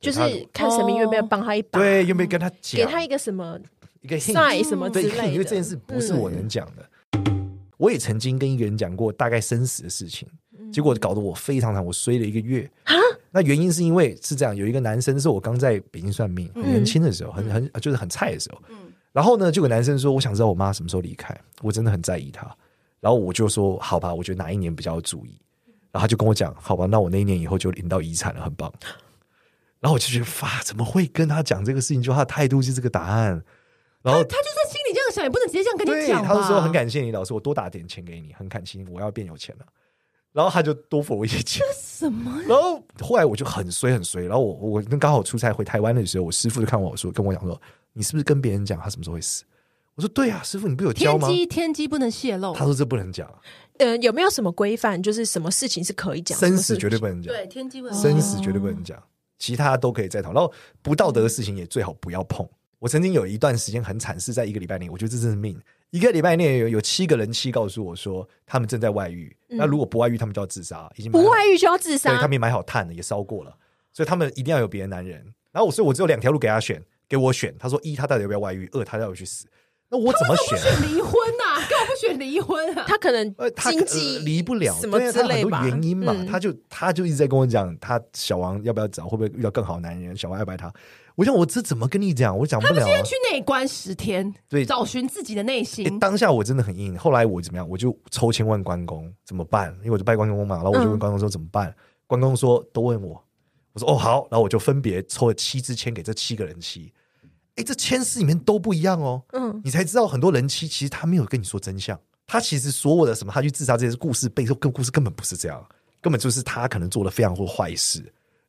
就是看神明愿不愿意帮他一把，
哦对，又没跟他
给
讲，
他一个什么
一个 hint，
sign 什么之
嗯对，
类的，
因 为这件事不是我能讲的。我也曾经跟一个人讲过大概生死的事情，
嗯
结果搞得我非常惨，我衰了一个月。
啊
那原因是因为是这样，有一个男生是我刚在北京算命，
嗯
很年轻的时候，很很呃就是很菜的时候。然后呢，就有个男生说，我想知道我妈什么时候离开，我真的很在意她。然后我就说，好吧，我觉得哪一年比较要注意。然后他就跟我讲，好吧，那我那一年以后就领到遗产了，很棒。然后我就觉得，哇，怎么会跟他讲这个事情？就他的态度是这个答案。然后
他就算心里这样想，也不能直接这样跟
对，
你讲吧。
他就说很感谢你老师，我多打点钱给你，很感谢你，我要变有钱了。然后他就多付我一些钱，
什么？
然后后来我就很衰很衰，然后我我那刚好出差回台湾的时候，我师傅就看我说跟我讲说，你是不是跟别人讲他什么时候会死？我说对啊，师傅你不是有教
天
吗？
机天机不能泄露
他。说这不能讲，
呃，有没有什么规范？就是什么事情是可以讲，
生死绝对
不
不能讲，
对，天机不能泄露
生死绝对不能
嗯
讲，其他都可以再讨论。然后不道德的事情也最好不要碰。我曾经有一段时间很惨，是在一个礼拜内，我觉得这真是命。一个礼拜内有有七个人妻告诉我说他们正在外遇，那如果不外遇，他们就要自杀，已经
嗯
买
不
好
外遇就要自
对他
杀
们。也买好炭了，也烧过了，所以他们一定要有别的男人。然后我，所以我只有两条路给他选，给我选。他说一，他到底要不要外遇；二，他要不要去死。那我怎么选？
选离婚呐、干嘛不选离婚 啊？
他可能
呃，他
经济
呃离不了，
什么
对啊
之
他
类
很
吧，
多原因嘛，
嗯
他就他就一直在跟我讲，他小王要不要找，会不会遇到更好的男人，小王爱不爱他？我想我这怎么跟你讲，我讲不了、啊。
去内观十天，
对
找寻自己的内
诶
心。
当下我真的很硬，后来我怎么样，我就抽签问关公怎么办，因为我就拜关公嘛，然后我就问
嗯
关公说怎么办，关公说都问我，我说哦好，然后我就分别抽了七支签给这七个人妻，哎，这签诗里面都不一样哦，
嗯，
你才知道很多人妻其实他没有跟你说真相，他其实所有的什么他去自杀这些故事背后跟故事根本不是这样，根本就是他可能做了非常多坏事，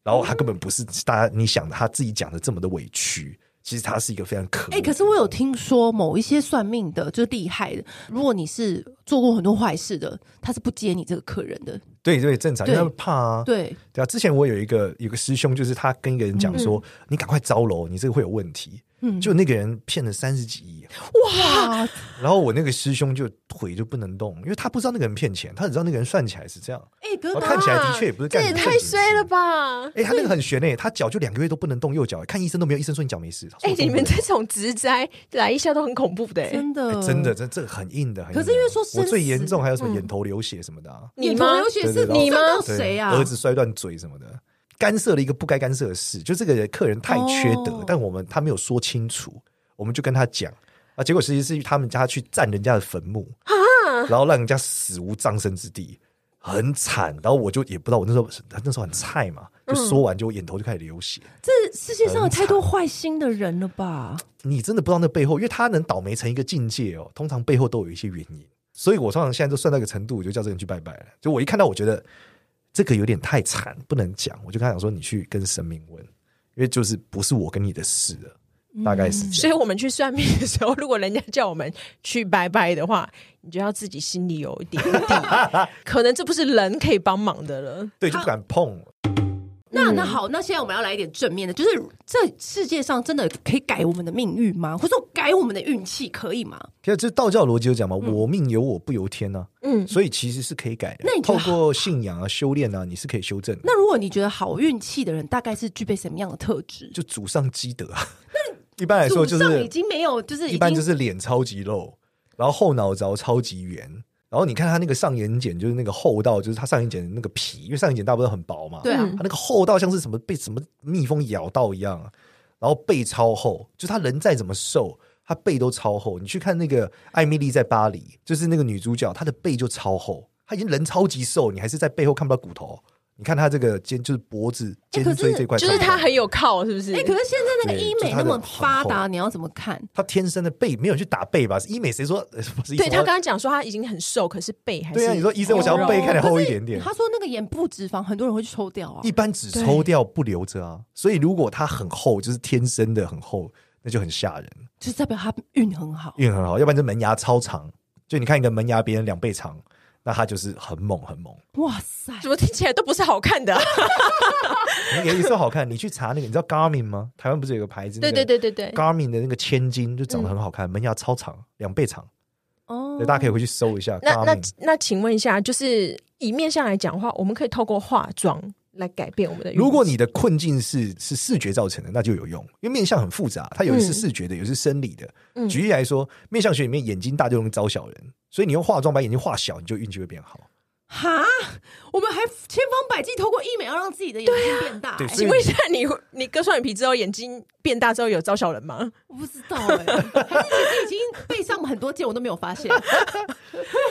然后他根本不是大家你想的他自己讲的这么的委屈，其实他是一个非常可恶
哎、可是我有听说某一些算命的，就是厉害的，如果你是做过很多坏事的，他是不接你这个客人的。
对对正常，因
对
为他们怕啊，
对，
对啊，之前我有一个有个师兄，就是他跟一个人
嗯
讲说：“你赶快招楼，你这个会有问题。”嗯，就那个人骗了三十几亿，啊
哇，
然后我那个师兄就腿就不能动，因为他不知道那个人骗钱，他只知道那个人算起来是这样，
哎、哥
然后
哥，
哦看起来的确也不是
这
干
也
什么
太衰了！吧！
哎、他那个很悬诶、他脚就两个月都不能动右脚，看医生都没有，医生说你脚没事。他说
哎、
我动
你们
不了
这种职灾来一下都很恐怖的、哎，
真的、
哎真的，。这这很硬的。很硬的
可是因为说
我
生
最
死嗯
严重还有什么眼头流血什么的、啊，
你
你
吗
吗？流血
对
是
对对
你
然
到
后
谁
对
啊？
儿子摔断嘴什么的，干涉了一个不该干涉的事，就这个客人太缺德，
哦
但我们他没有说清楚，我们就跟他讲啊，结果实际是他们家去占人家的坟墓
啊
然后让人家死无葬身之地，很惨。然后我就也不知道，我那时候那时候很菜嘛，就
嗯
说完就我眼头就开始流血。
这世界上有太多坏心的人了吧？
你真的不知道那背后，因为他能倒霉成一个境界哦，通常背后都有一些原因。所以我通常现在都算到一个程度，我就叫这个人去拜拜了。就我一看到，我觉得这个有点太惨，不能讲，我就跟他讲说，你去跟神明问，因为就是不是我跟你的事
嗯
了，大概是这
所以
样。
我们去算命的时候，如果人家叫我们去拜拜的话，你就要自己心里有一点 底，可能这不是人可以帮忙的了。
对，就不敢碰了。
那
嗯
那好，那现在我们要来一点正面的，就是这世界上真的可以改我们的命运吗？或者说改我们的运气可以吗？
其实啊这道教逻辑有讲嘛，我命由我不由天呢、
嗯，
所以其实是可以改的。
那你觉
透
得
过信仰啊、修炼啊，你是可以修正的。
那如果你觉得好运气的人，大概是具备什么样的特质？
就祖上积德啊。 一般来说就
祖上
是
已经没有，就是已
一般
经
就是脸超级肉，然后后脑勺超级圆，然后你看他那个上眼睑就是那个厚到，就是他上眼睑的那个皮，因为上眼睑大部分都很薄嘛，
对啊，
嗯
他那个厚到像是什么被什么蜜蜂咬到一样，然后背超厚，就他人再怎么瘦，他背都超厚。你去看那个艾米丽在巴黎，就是那个女主角，她的背就超厚，她已经人超级瘦，你还是在背后看不到骨头。你看她这个肩，就是脖子、
哎
肩
可是
椎这块看不到，
就是他很有靠，是不是？
哎、可是现在那个
对
医
就
美
是它
那么
的很
发
厚
达，你要怎么看？
他天生的背没有人去打背吧？医美谁说？呃不是医
对
生
他刚刚讲说他已经很瘦，可是背还是哦
对啊，你说医生，我想要背
有肉
看起来厚一点点，
他说那个眼部脂肪很多人会去抽掉啊
一，般只抽掉不留着啊。所以如果他很厚，就是天生的很厚，那就很吓人，
就是代表他运很好。
运很好。要不然就门牙超长，就你看一个门牙别人两倍长，那他就是很猛很 猛。
哇塞，
怎么听起来都不是好看 的啊、
也也是好看。你去查那个，你知道 Garmin 吗？台湾不是有个牌子？
对对对对对，
，Garmin 的那个千金就长得很好看，门牙超长，两倍长。
哦
对，大家可以回去搜一下
那那
Garmin。
那，请问一下，就是以面相来讲的话，我们可以透过化妆来改变我们的运气。
如果你的困境是是视觉造成的，那就有用，因为面相很复杂，它有的是视觉的，有的是生理的。
嗯
举例来说，面相学里面眼睛大就容易招小人，所以你用化妆把眼睛画小，你就运气会变 好。
哈，我们还千方百计透过医美要让自己的眼睛变大、
对
哎
所以
请问一下，你你割双眼皮之后，眼睛变大之后有招小人吗？
我不知道哎、还是其实已经背上很多箭，我都没有发现。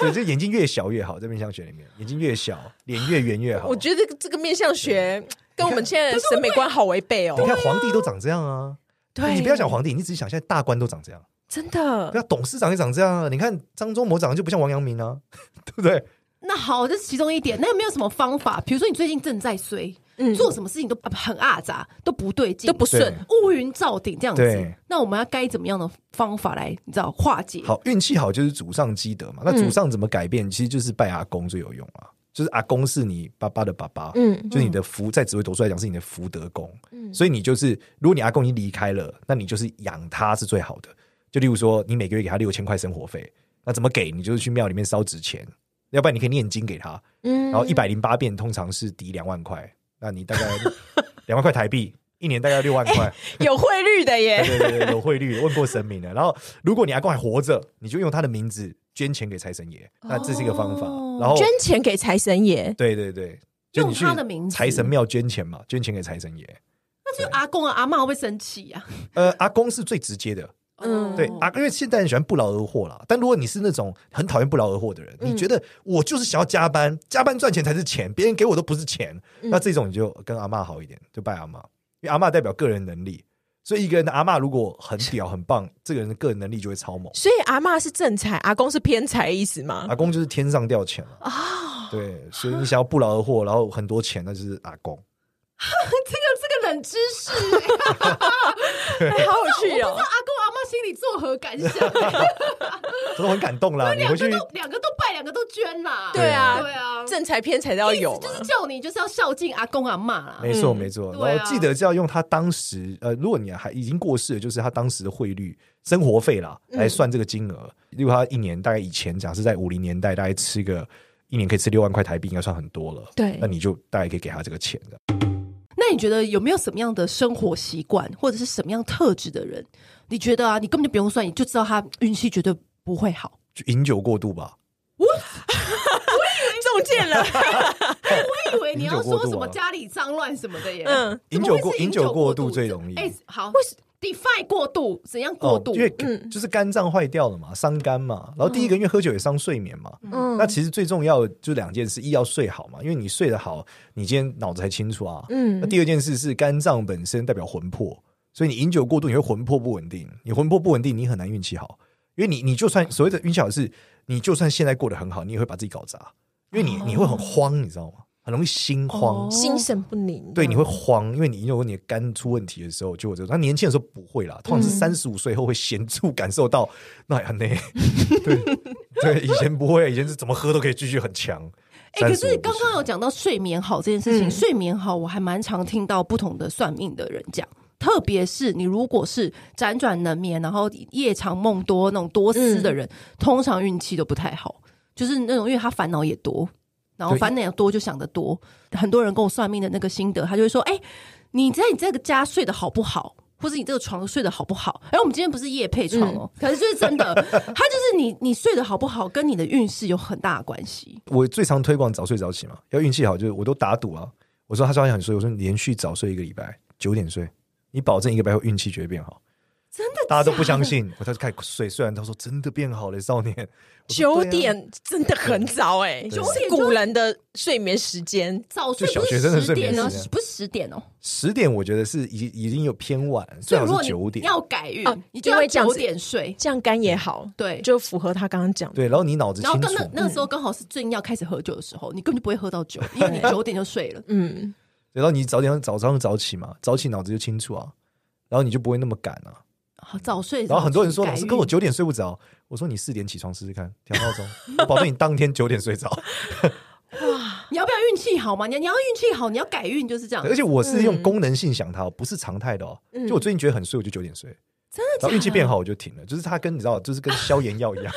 对，就眼睛越小越好，在面相学里面，眼睛越小，脸越圆越好。
我觉得这个面相学跟我们现在的审美观好违背哦
你。看皇帝都长这样啊，
对，
你不要想皇帝，你只是想现在大官都长这样，啊
真
不
的，
要董事长也长这样啊。你看张忠谋长得就不像王阳明啊， 对不对？
那好，这是其中一点。那有没有什么方法？比如说你最近正在衰，
嗯
做什么事情都很阿杂，都不对劲，
都不顺
对。
乌云罩顶这样子
对。
那我们要该怎么样的方法来，你知道化解？
好，运气好就是祖上积德嘛。
嗯
那祖上怎么改变？其实就是拜阿公最有用啊。就是阿公是你爸爸的爸爸，
嗯，
就是你的福，在紫微斗数来讲是你的福德宫，所以你就是，如果你阿公已经离开了，那你就是养他是最好的。就例如说，你每个月给他六千块生活费，那怎么给？你就是去庙里面烧纸钱，要不然你可以念经给他，
嗯
然后一百零八遍通常是抵两万块，那你大 概两万块台币，一年大概六万块，
有汇率的耶。
对对对，有汇率，问过神明了。然后如果你阿公还活着，你就用他的名字捐钱给财神爷，那这是一个方法
哦。
然后
捐钱给财神爷，
对对对，就
用
你去
他的名字
财神庙捐钱嘛，捐钱给财神爷。
那就阿公啊阿妈会生气啊呀、
呃，阿公是最直接的，
嗯
对
哦
阿，因为现代人喜欢不劳而获啦。但如果你是那种很讨厌不劳而获的人，
嗯
你觉得我就是想要加班，加班赚钱才是钱，别人给我都不是钱，
嗯
那这种你就跟阿嬷好一点，就拜阿嬷，因为阿嬷代表个人能力。所以一个人的阿嬷如果很屌很棒，这个人的个人能力就会超猛。
所以阿嬷是正财，阿公是偏财，意思吗
阿？公就是天上掉钱
哦
啊，对，所以你想要不劳而获，然后很多钱，那就是阿公。
这个这个冷知 识，哎
好有趣
我不知道啊
哦！
阿公阿妈心里作何感想？
我都很感动啦，你
两
回
个
去
都两个都拜，两个都捐啦。
对啊
对啊，
正财偏财都要有
就
嘛
是。叫你就是要孝敬阿公阿妈啦。
没错，
嗯
没错。
对啊
然后记得是要用他当时，呃，如果你还已经过世了，就是他当时的汇率、生活费啦，来
嗯
算这个金额。如果他一年大概以前，假设在五零年代，大概吃个一年可以吃六万块台币，应该算很多了。
对
那你就大概可以给他这个钱的。
那你觉得有没有什么样的生活习惯，或者是什么样特质的人，你觉得啊，你根本就不用算，你就知道他运气绝对不会好。
就饮酒过度吧，
中箭了，
我以为你要
饮酒过
说
度啊
什么家里脏乱什么的耶。
嗯
怎么会是
饮酒过饮酒过度最容易
哎，好，为什 define 过度？怎样过度？
哦、因为
嗯
就是肝脏坏掉了嘛，伤肝嘛。然后
嗯
第一个，因为喝酒也伤睡眠嘛。
嗯
那其实最重要的就两件事，一要睡好嘛，因为你睡得好，你今天脑子才清楚啊。
嗯
那第二件事是肝脏本身代表魂魄，所以你饮酒过度，你会魂魄不稳定。你魂魄不稳定，你很难运气好。因因为你你就算所谓的运气好是，你就算现在过得很好，你也会把自己搞砸，因为你你会很慌，你知道吗？很容易心慌。
哦
心神不宁。啊
对，你
嗯
会慌，因为你因为你的肝出问题的时候，就我这种。他年轻的时候不会啦，
嗯
通常是三十五岁后会显著感受到，那很累。 对对，以前不会，以前是怎么喝都可以继续很强。
哎、可是
35
刚
不
刚有讲到睡眠好这件事情，
嗯
睡眠好我还蛮常听到不同的算命的人讲，特别是你如果是辗转难眠，然后夜长梦多那种多思的人，通常运气都不太好，就是那种因为他烦恼也多，然后
对
烦恼也多就想得多。很多人跟我算命的那个心得，他就会说：“哎、你在你这个家睡得好不好？”或是你这个床睡得好不好？哎、我们今天不是夜配床哦、可是就是真的， 它就是你你睡得好不好，跟你的运势有很大的关系。
我最常推广早睡早起嘛，要运气好就是我都打赌啊。我说他说他想睡，我说你连续早睡一个礼拜，九点睡，你保证一个礼拜后运气绝对变好。
真的
大家都不
假的
相信，我才开始睡。虽然他说真的变好了，少年我说
九
对啊
点真的很早哎、
对
是古人的睡眠时间。
早睡
就小
不是
学生的
十
睡眠
点哦
时间，
不是十点哦。
十点，我觉得是已已经有偏晚，
所
最
以如
好
果
是九
你
点。
要改运
哦，
你就
因
要
为这样
九
子
点睡。
这样肝也好，
对
就符合他刚刚讲的。
对，然后你脑子
然后
清
刚
楚
那
嘛，
嗯
那个时候刚好是最近要开始喝酒的时候，你根本就不会喝到酒，因 为你九点就睡了。
嗯，
然后你早点早上早起嘛，早起脑子就清楚啊，然后你就不会那么赶啊。
好早睡。
然后很多人说
早
老
起
师，
改
可我
运
九点睡不着，我说你四点起床试试看，调 闹钟，我保证你当天九点睡着。
你要不要运气好嘛？你你要运气好，你要改运就是这样。
而且我是
嗯
用功能性想它哦，不是常态的哦。就我最近觉得很睡，我就九点睡，真的，然后运气变好我就停了，就是它跟你知道，就是跟消炎药 一样。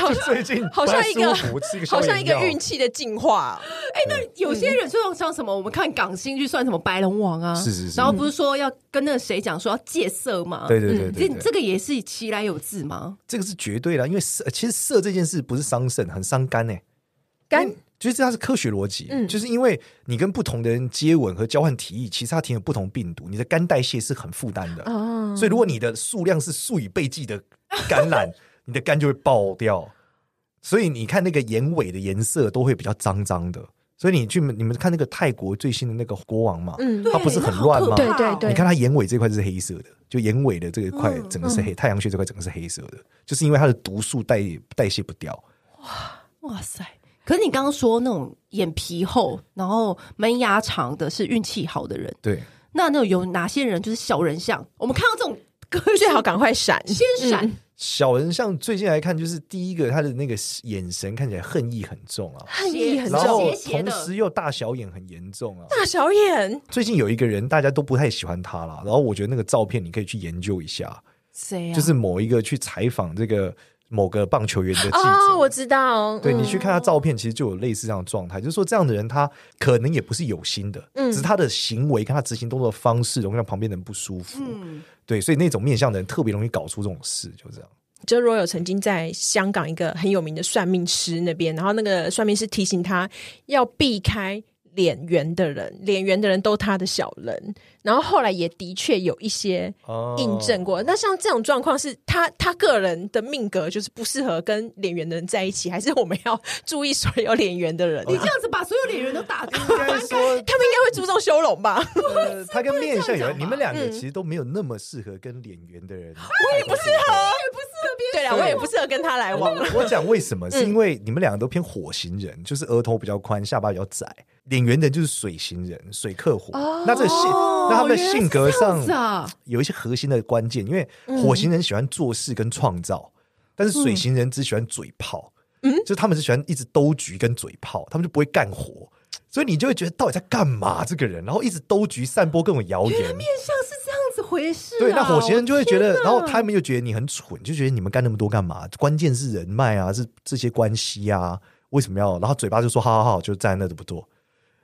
就最近
好像一个
不太舒服吃个消
好像
炎
一个
药
运气的进化哦、
哎有些人就像什么，我们看港星去算什么白龙王啊，
是是是
然后不是说要跟那个谁讲说要戒色嘛？
对
嗯
对对对
这
对，
这个也是其来有自吗？
这个是绝对的，因为色其实色这件事不是伤肾，很伤肝呢、欸
肝
因为就是它是科学逻辑，
嗯
就是因为你跟不同的人接吻和交换体液，其实它挺有不同病毒，你的肝代谢是很负担的，
啊
所以如果你的数量是数以倍计的 感染，你的肝就会爆掉。所以你看那个眼尾的颜色都会比较脏脏的，所以你去你们看那个泰国最新的那个国王嘛，
嗯
对
它不是很乱吗
那好可怕哦
对对对
你看它眼尾这块是黑色的，就眼尾的这一块
嗯
整个是黑，太阳穴这块整个是黑色的，就是因为它的毒素代代谢不掉。
哇塞！可是你刚刚说那种眼皮厚，然后门牙长的是运气好的人，
对，
那那种有哪些人就是小人像？我们看到这种歌
最好赶快闪。
先闪，
小人像最近来看，就是第一个他的那个眼神看起来恨意很重啊，
恨意很
然后
斜斜
同
的
时又大小眼很严重啊。
大小眼
最近有一个人大家都不太喜欢他啦，然后我觉得那个照片你可以去研究一下，
谁啊？
就是某一个去采访这个某个棒球员的记者。
哦，我知道，
对
嗯
你去看他照片，其实就有类似这样的状态，就是说这样的人他可能也不是有心的，
嗯
只是他的行为跟他执行动作的方式容易让旁边的人不舒服。
嗯，
对，所以那种面相的人特别容易搞出这种事，就这样。
就若有曾经在香港一个很有名的算命师那边，然后那个算命师提醒他要避开脸圆的人，脸圆的人都他的小人。然后后来也的确有一些
哦
印证过。那像这种状况是他他个人的命格就是不适合跟脸圆的人在一起，还是我们要注意所有脸圆的人、
哦
你
啊
这？样子把所有脸人都打掉，
应该
他
说，
们应该会注重修容吧？
呃他跟面相
这样
有
讲啊
关，
吧
你们两个其实都没有那么适合跟脸圆的人。
我也不适合，我也不适合别
对
人。
哦
了，我也不适合跟他来往了。
哎我嗯讲为什么，是因为你们两个都偏火型人，就是额头比较宽，下巴比较窄；脸圆的就是水型人，水克火。那这个性，那他们的性格上
哦原来是这样子啊
有一些核心的关键，因为火型人喜欢做事跟创造，但是水型人只喜欢嘴炮，嗯，就是他们是喜欢一直兜局跟嘴炮，他们就不会干活。所以你就会觉得到底在干嘛这个人，然后一直兜局散播各种谣言，
面相是这样子回事、啊。
对，那火星人就会觉得，
我
然后他们又觉得你很蠢，就觉得你们干那么多干嘛？关键是人脉啊，是这些关系啊，为什么要？然后嘴巴就说好好好，就站在那都不做。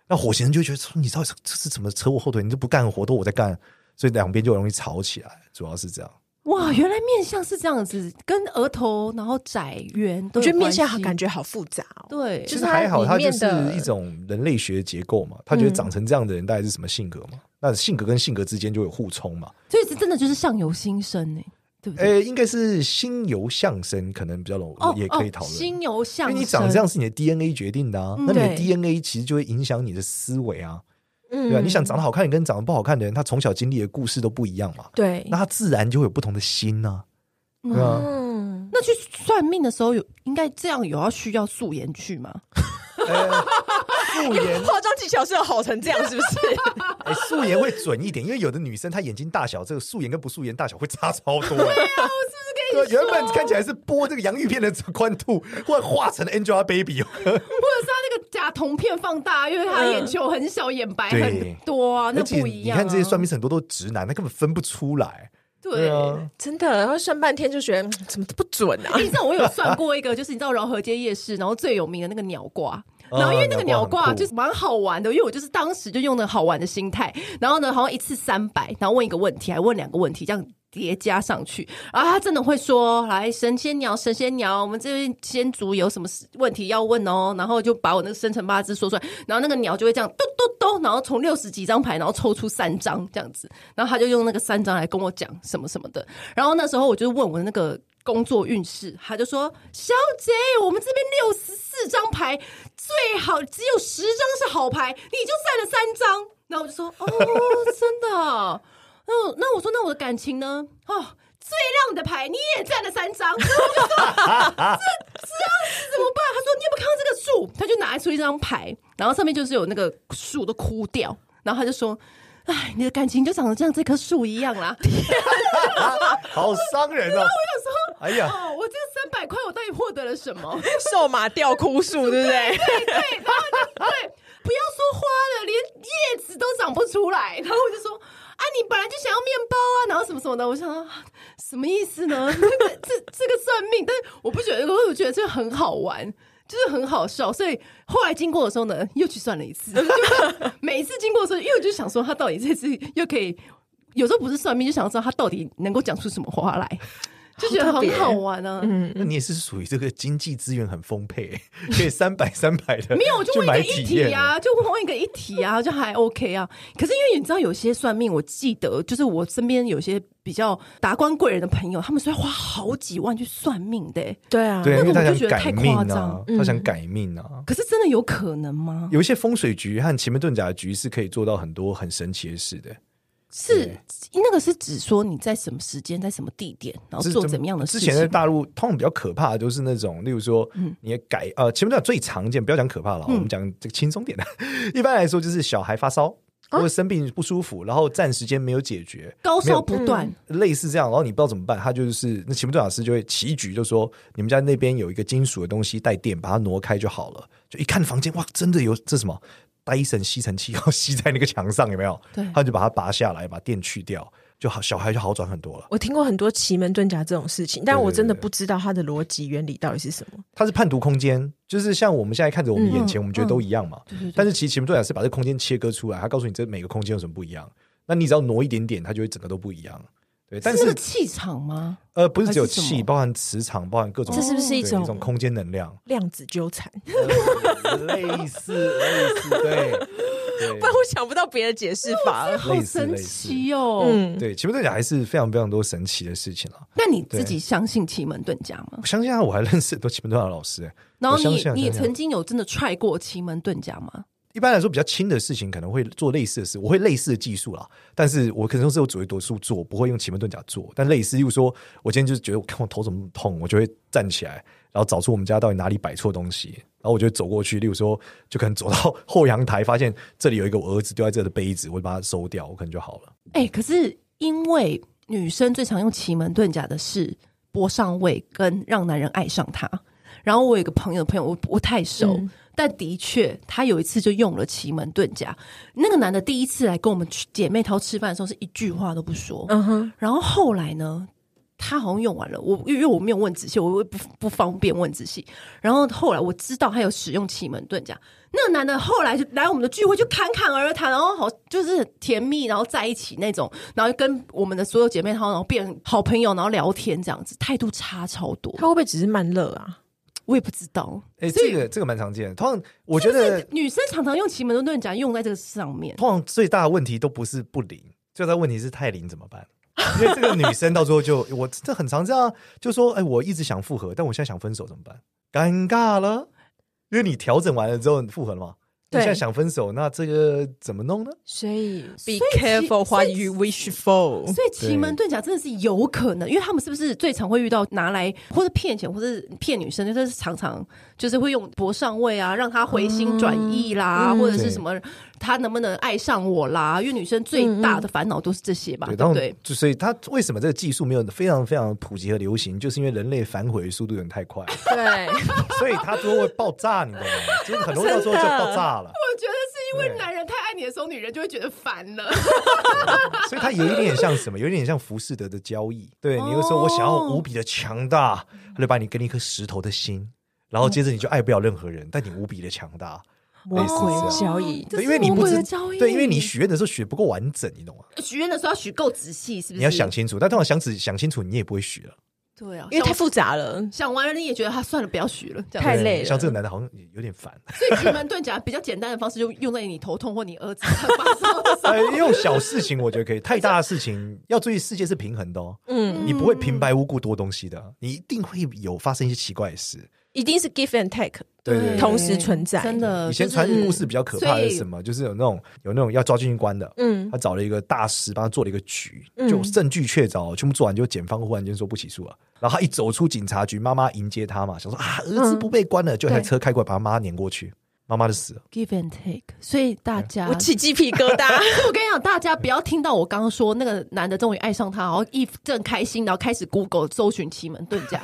那火星人就会觉得说，你到底是这是怎么扯我后腿？你都不干活，都我在干，所以两边就容易吵起来，主要是这样。
哇，原来面相是这样子，跟额头然后窄圆都
我
有关系，
觉得面相感觉好复杂哦。
对，
就
其
是
实还好，
它
它
里
就
面
是
的
一种人类学结构嘛，他觉得长成这样的人大概是什么性格
嗯
嘛？那性格跟性格之间就有互冲嘛。
所以这真的就是相由心生呢、欸对不对？
呃，应该是心由相生，可能比较容
哦，
也可以讨论。
哦、心由相
因
生，
为你长这样是你的 DNA 决定的啊，
嗯
那你的
对
DNA 其实就会影响你的思维啊，
嗯
对吧、你想长得好看跟长得不好看的人，他从小经历的故事都不一样嘛，
对
那，他自然就会有不同的心呐、啊，对吧、
嗯
那去算命的时候有应该这样有要需要素颜去吗？
呃素颜
化妆技巧是有好成这样，是不是？
哎、素颜会准一点，因为有的女生她眼睛大小，这个素颜跟不素颜大小会差超多、对啊，我是不是跟你对，原本看起来是播这个洋芋片的宽度，或画成 Angelababy，
或者是他那个假瞳片放大，因为他眼球很小，眼白很
嗯对
多啊，那
而且
不一
你
样、啊。
看这些算命师很多都直男，他根本分不出来。
对。
啊，
真的，然后算半天就觉得嗯怎么都不准啊
欸！你知道我有算过一个，就是你知道饶河街夜市，然后最有名的那个鸟挂。
哦
然后因为那个
鸟
鸟
挂
挂
很酷
就是蛮好玩的，因为我就是当时就用的好玩的心态，然后呢好像一次三百，然后问一个问题，还问两个问题，这样叠加上去，然后他真的会说来神仙鸟，神仙鸟，我们这边仙族有什么问题要问哦，然后就把我那个生辰八字说出来，然后那个鸟就会这样咚咚咚，然后从六十几张牌，然后抽出三张这样子，然后他就用那个三张来跟我讲什么什么的，然后那时候我就问我那个工作运势，他就说：“小姐，我们这边六十四张牌，最好只有十张是好牌，你就占了三张。”然后我就说：“哦， 真的哦？那我那我说那我的感情呢？哦。”最亮的牌你也占了三张，然后我就说这这样子怎么办？他说你有没有看到这个树？他就拿出一张牌，然后上面就是有那个树都枯掉，然后他就说：“哎，你的感情就长得像这棵树一样啦。”
好伤人哦！我想说，哎呀，
哦，我这三百块我到底获得了什么？
瘦马吊枯树，对不对？
对，哎不要说花了，连叶子都长不出来。然后我就说啊，你本来就想要面包啊，然后什么什么的。我想说啊什么意思呢？ 这个这这个算命，但是我不觉得，我我觉得这个很好玩。就是很好笑，所以后来经过的时候呢，又去算了一次。 就每一次经过的时候，因为我就想说，他到底这次又可以，有时候不是算命，就想知道他到底能够讲出什么话来，就觉得
好特
很
别
好玩啊。
那你也是属于这个经济资源很丰沛，可以三百三百 的，
没有，我就问一
买
个
体
一
验
题啊，就问一个一题啊，就还 OK 啊。可是因为你知道，有些算命，我记得就是我身边有些比较达官贵人的朋友，他们是会花好几万去算命的欸、
对啊，
对，
那
因
个
为他
我就
想
觉得
改
太
命
夸
啊
张，
嗯
他想改命啊。
可是真的有可能吗？
有一些风水局和奇门遁甲的局是可以做到很多很神奇的事的。
是那个是指说你在什么时间，在什么地点，然后
是
哦做怎么样的事
之
情啊嗯
前在？大陆，通常比较可怕的就是那种，例如说，你也改呃，前面讲最常见，不要讲可怕了，我们讲这个轻松点的。 一般来说，就是小孩发烧
啊
或者生病不舒服，然后暂时间没有解决，
高
没有
烧不断，
类似这样，然后你不知道怎么办，他就是那奇门遁甲师就会起一局，就说你们家那边有一个金属的东西带电，把它挪开就好了。就一看房间，哇，真的有这什么戴森吸尘器，然后吸在那个墙上，有没有？
对
他就把它拔下来，把电去掉，就好，小孩就好转很多了。
我听过很多奇门遁甲这种事情，但
对对
我真的
对
不知道它的逻辑原理到底是什么。
它是判读空间，就是像我们现在看着我们眼前，
嗯
我们觉得都一样嘛。
对对对。
但是其实奇门遁甲是把这空间切割出来，它告诉你这每个空间有什么不一样。那你只要挪一点点，它就会整个都不一样。对，但
那个
是
气场吗？
呃，不是只有
还是什
气，
么
包含磁场，包含各种
这是不哦是一
对
种
一种空间能量？
量子纠缠？
类似类似，对
不然我想不到别的解释法了。
好
类似
神
类似
奇哦！
嗯，
对，奇门遁甲还是非常非常多神奇的事情了。
那你
对
自己相信奇门遁甲吗
我？相信啊，我还认识很多奇门遁甲老师、欸。
然后
我相
你
信啊
你
相信啊
曾经有真的 try 过奇门遁甲吗？
一般来说，比较轻的事情可能会做类似的事，我会类似的技术啦，但是我可能是用紫微斗数做，不会用奇门遁甲做。但类似，例如说，我今天就是觉得我看我头怎么那么痛，我就会站起来，然后找出我们家到底哪里摆错东西，然后我就走过去，例如说，就可能走到后阳台，发现这里有一个我儿子丢在这的杯子，我就把它收掉，我可能就好了。
哎、可是因为女生最常用奇门遁甲的是搏上位跟让男人爱上她。然后我有一个朋友，朋友我不太熟，
嗯
但的确他有一次就用了奇门遁甲。那个男的第一次来跟我们去姐妹淘吃饭的时候，是一句话都不说。
嗯哼，
然后后来呢，他好像用完了，我因为我没有问仔细，我我不不方便问仔细。然后后来我知道他有使用奇门遁甲，那个男的后来就来我们的聚会就侃侃而谈，然后好就是很甜蜜，然后在一起那种，然后跟我们的所有姐妹淘，然后变好朋友，然后聊天这样子，态度差超多
它。会不会只是慢热啊？
我也不知道，
哎、
所以
这个这个蛮常见的。通常我觉得，
女生常常用奇门遁甲用在这个上面。
通常最大的问题都不是不灵，最大的问题是太灵怎么办？因为这个女生到最后就，我这很常这样，就说，哎，我一直想复合，但我现在想分手怎么办？尴尬了，因为你调整完了之后，你复合了吗？你现在
对
想分手，那这个怎么弄呢？
所以 be
其
careful
所
what
以
you wish for。
所以奇门遁甲真的是有可能，因为他们是不是最常会遇到拿来或者骗钱，或者骗女生，就是常常就是会用博上位啊，让她回心转意啦，或者是什么她能不能爱上我啦？因为女生最大的烦恼都是这些吧，对
然
不
后
啊对？
就所以它为什么这个技术没有非常非常普及和流行，就是因为人类反悔速度有点太快，
对，
所以它都会爆炸，你懂吗？就是很容易到时候就爆炸了。
我觉得是
因为对男
人太爱你的时候，女人就会觉得烦了。
所以它有一点像什么？有一点像浮士德的交易。对
哦
你又说我想要无比的强大，他就把你给你一颗石头的心，然后接着你就爱不了任何人，但你无比的强大。
魔
类
鬼
似
交易，
这是
对，因为你
魔
不
鬼
知
的交易
对，因为你许愿的时候许不够完整，你懂吗？
许愿的时候要许够仔细，是不是？
你要想清楚，但通常想仔想清楚，你也不会许了。
对啊，
因为太
想
复杂了。嗯
想完了，你也觉得他算了，不要许了，这样
太
对
累了
像这个男的好像也有点烦，
所以奇门遁甲比较简单的方式，就用在你头痛或你儿子上发烧的 时候。
呃，用小事情我觉得可以，太大的事情要注意，世界是平衡的哦。
嗯，
你不会平白无故多东西的，你一定会有发生一些奇怪的事。
一定是 give and take，
嗯
对对对
同时存在。
真，的，
以前
就是
传的故事比较可怕的是什
嗯
么？就是有那种有那种要抓进去关的，
嗯
他找了一个大师帮他做了一个局，
嗯
就证据确凿，全部做完，就检方忽然间说不起诉了。然后他一走出警察局，妈妈迎接他嘛，想说啊，儿子不被关
嗯
了，就一台车开过来把他妈碾过去，妈妈就死了。
give and take，所以大家，
我起鸡皮疙瘩。
我跟你讲，大家不要听到我刚刚说那个男的终于爱上她，然后一阵开心，然后开始 Google 搜寻奇门遁 甲。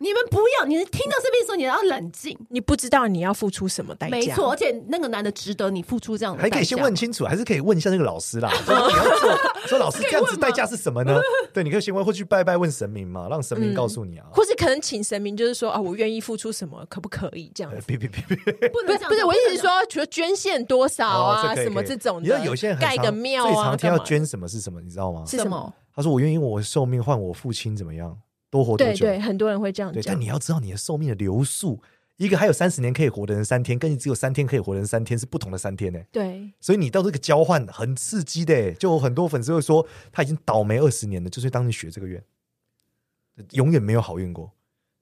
你们不要，你听到这边的时候，你要冷静。
你不知道你要付出什么代价，
没错，而，且那个男的值得你付出这样的代
还
价。
可以先问清楚，还是可以问一下那个老 师啦。就是
啊
你要做，说老师这样子代价是什么呢？对，你可以先问，或去拜拜问神明嘛，让神明告诉你啊。
或是可能请神明，就是说啊，我愿意付出什么，可不可以这样
呃
子？
别别别别，
不
不
能
是
这样
不是，我意思是
能
说，除了捐献多少
哦
啊，
可以
什么
可以
这种
你
的，
知道有些人很
盖个
常
庙
最
啊，
常听
干
到
嘛
捐什么是什么，你知道吗？
是
什
什
么
么？
他说我愿意我的寿命换我父亲怎么样，多活多
对
久？
对，很多人会这样
对，
讲
但。你要知道你的寿命的流速，一个还有三十年可以活的人三天，跟你只有三天可以活的人三天是不同的三天呢、
对，
所以你到这个交换很刺激的、欸，就有很多粉丝会说他已经倒霉二十年了，就是当你学这个愿，永远没有好运过，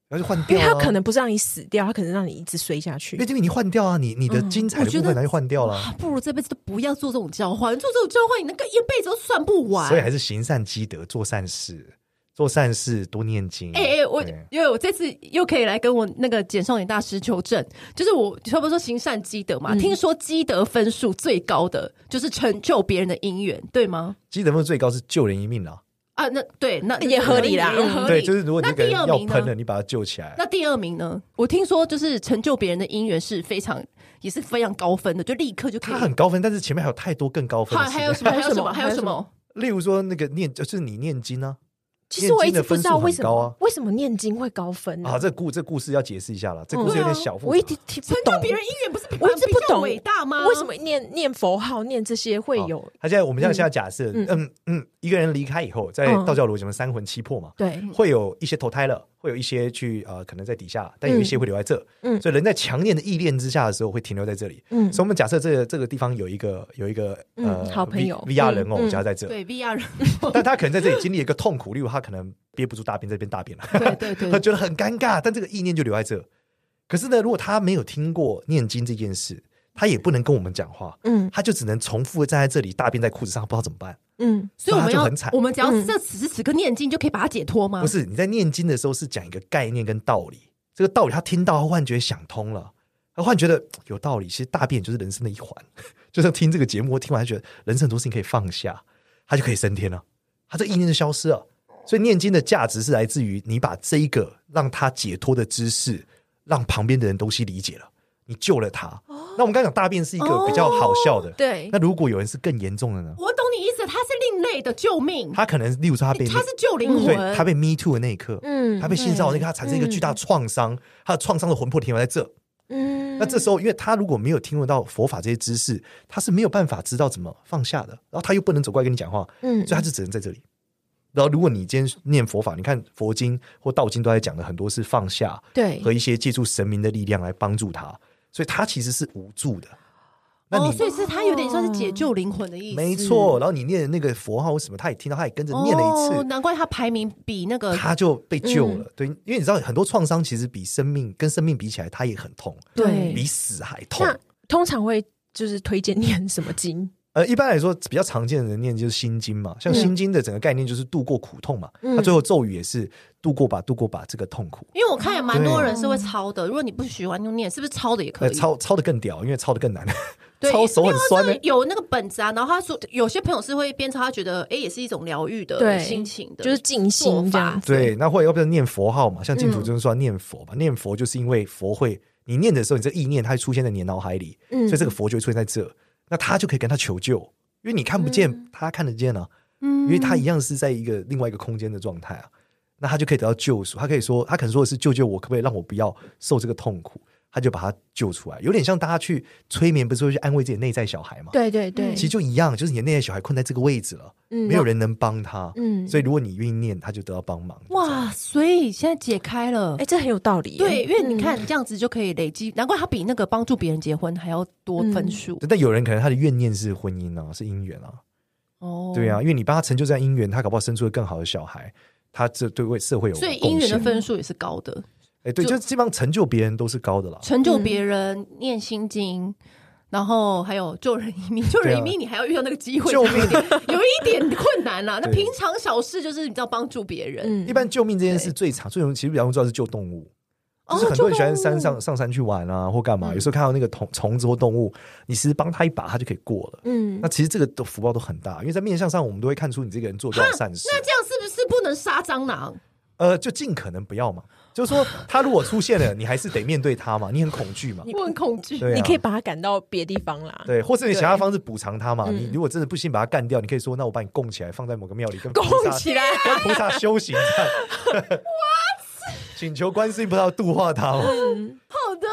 然后就换
因
掉、啊，
为他可能不是让你死掉，他可能让你一直衰下去
因为。这个你换掉啊，你你的
嗯
精彩
我
的
觉
部
得
分拿去换掉了、
啊不如这辈子都不要做这种交换，做这种交换，你那个一辈子都算不完。
所以还是行善积德，做善事，做善事多念经。
哎、哎、我
对
因为我这次又可以来跟我那个简少年大师求证，就是我差不多说行善积德
嗯
嘛，听说积德分数最高的就是成就别人的姻缘，对吗？
积德分数最高是救人一命啦。
啊，那对，那
也合理啦
也
嗯
合理。
对，就是如果你
那
那个
第
人
二
要
名
喷了，
呢？
你把他救起来。
那第二名呢？我听说就是成就别人的姻缘是非常也是非常高分的，就立刻就可以
他。很高分，但是前面还有太多更高分
还
的事。
还有什么？还
还
有
有
什
什
么？
么
还有什么？
例如说那个念，就是你念经啊，
其实我一直
念经的
不
分
知
数
道
很
为什
高
么
啊
为什么念经会高分呢
啊，？这故这故事要解释一下了，这故事有点小复
嗯我一
杂。
直听不
成
懂
就别人姻缘不是比
我一直
比
不
较
懂
伟大吗？
为什么念念佛号、念这些会
好
有
他现在我们现在现在假设，
嗯
嗯嗯，一个人离开以后，在
嗯
道教逻辑，我们三魂七魄嘛，
对
会有一些投胎了，会有一些去呃，可能在底下，但有一些会留在这。
嗯
所以人在强烈的意念之下的时候，会停留在这里。
嗯
所以我们假设这个这个地方有一个有一个呃
嗯好朋友
V R 人哦
嗯
偶，
嗯
加在这，
对 VR 人？
但他可能在这里经历了一个痛苦，例如他可能憋不住大便，在这边大便了。
对对对
他觉得很尴尬，但这个意念就留在这。可是呢，如果他没有听过念经这件事，他也不能跟我们讲话，
嗯
他就只能重复地站在这里大便在裤子上，不知道怎么办。
嗯
所以我们
那他就
要
很惨，
我们只要
嗯
这此时此刻念经就可以把它解脱吗？
不是你在念经的时候是讲一个概念跟道理，这个道理他听到，他忽然觉得想通了，他忽然觉得有道理。其实大便就是人生的一环， 就像听这个节目，我听完他觉得人生很多事情可以放下，他就可以升天了，他这意念就消失了。所以念经的价值是来自于你把这一个让他解脱的知识，让旁边的人都去理解了，你救了他。那我们刚刚讲大便是一个比较好笑的，
对
那如果有人是更严重的呢？
我懂你意思，他是另类的救命，
他可能，例如说他被
他是救灵魂，
对他被 me too 的那一刻，
嗯
他被性骚扰那个，他产生一个巨大的创伤，他的创伤的魂魄停留在这。
嗯
那这时候，因为他如果没有听闻到佛法这些知识，他是没有办法知道怎么放下的。然后他又不能走过来跟你讲话，
嗯
所以他就只能在这里。然后，如果你今天念佛法，你看佛经或道经都在讲的很多是放下
对
和一些借助神明的力量来帮助他，所以他其实是无助的。那你、
哦，所以是他有点像是解救灵魂的意思，
没错，然后你念的那个佛号什么，他也听到，他也跟着念了一次，
哦，难怪他排名比那个
他就被救
嗯
了。对，因为你知道很多创伤其实比生命跟生命比起来，他也很痛，
对
比死还痛。
那通常会就是推荐念什么经？
呃，一般来说比较常见的人念就是心经
嗯
嘛，像心经的整个概念就是度过苦痛嘛，它最后咒语也是度过吧，度过吧这个痛苦。
因为我看也蛮多人是
嗯
会抄的，如果你不喜欢就念，是不是抄的也可
呃，
以？
抄抄的更屌，因为抄的更难，
对，
抄手很
因
酸呢、
为他是有那个本子啊，然后他说有些朋友是会边抄，他觉得哎、诶也是一种疗愈的
对
心情的，
就是静心这样子。
对，那或者要不然念佛号嘛，像净
嗯
土宗说要念佛嘛，念佛就是因为佛会，你念的时候，你这意念它会出现在你的脑海里，
嗯
所以这个佛就会出现在这，那他就可以跟他求救，因为你看不
嗯
见，他看得见啊，因为他一样是在一个另外一个空间的状态啊，那他就可以得到救赎，他可以说，他可能说的是救救我，可不可以让我不要受这个痛苦，他就把他救出来，有点像大家去催眠，不是会去安慰自己内在小孩嘛，
对对对，
其实就一样，就是你的内在小孩困在这个位置了，
嗯
没有人能帮他，
嗯
所以如果你愿意念，他就得到帮忙。
哇，所以现在解开了
哎、。这很有道理耶。
对，因为你看这样子就可以累积，难怪他比那个帮助别人结婚还要多
嗯
分数
但有人可能他的怨念是婚姻啊，是姻缘啊，
哦。
对啊，，因为你帮他成就这样姻缘，他搞不好生出了更好的小孩，他这对为社会有
所以姻
贡
缘的
献。
分数也是高的，
哎，对，
就嗯
就基本上成就别人都是高的啦。
成就别人、念心经，然后还有救人一命，救人一命你还要遇到那个机会，
啊救
有一点有一点困难 啦。那
对
平常小事就是你知道帮助别人，
嗯
一般救命这件事最常，最容易其实比较容易做到是救动物，
哦
就是很多人喜欢
救动物嗯
山上上山去玩啊，或干嘛。有时候看到那个虫虫子或动物，你其实帮他一把，他就可以过了。
嗯
那，其实这个的福报都很大，因为在面相上，我们都会看出你这个人做多少善事。
那这样是不是不能杀蟑螂？
呃，就尽可能不要嘛。就是说，他如果出现了，你还是得面对他嘛，你很恐惧嘛，
我很恐惧。
对、啊，
你可以把它赶到别地方啦。
对，或是你想要方式补偿他嘛。
嗯
你如果真的不幸把他干掉，你可以说，那我把你供起来，放在某个庙里跟菩萨
供起来
跟菩萨修行这样。 请求观世音菩萨度化他嘛。
嗯好的，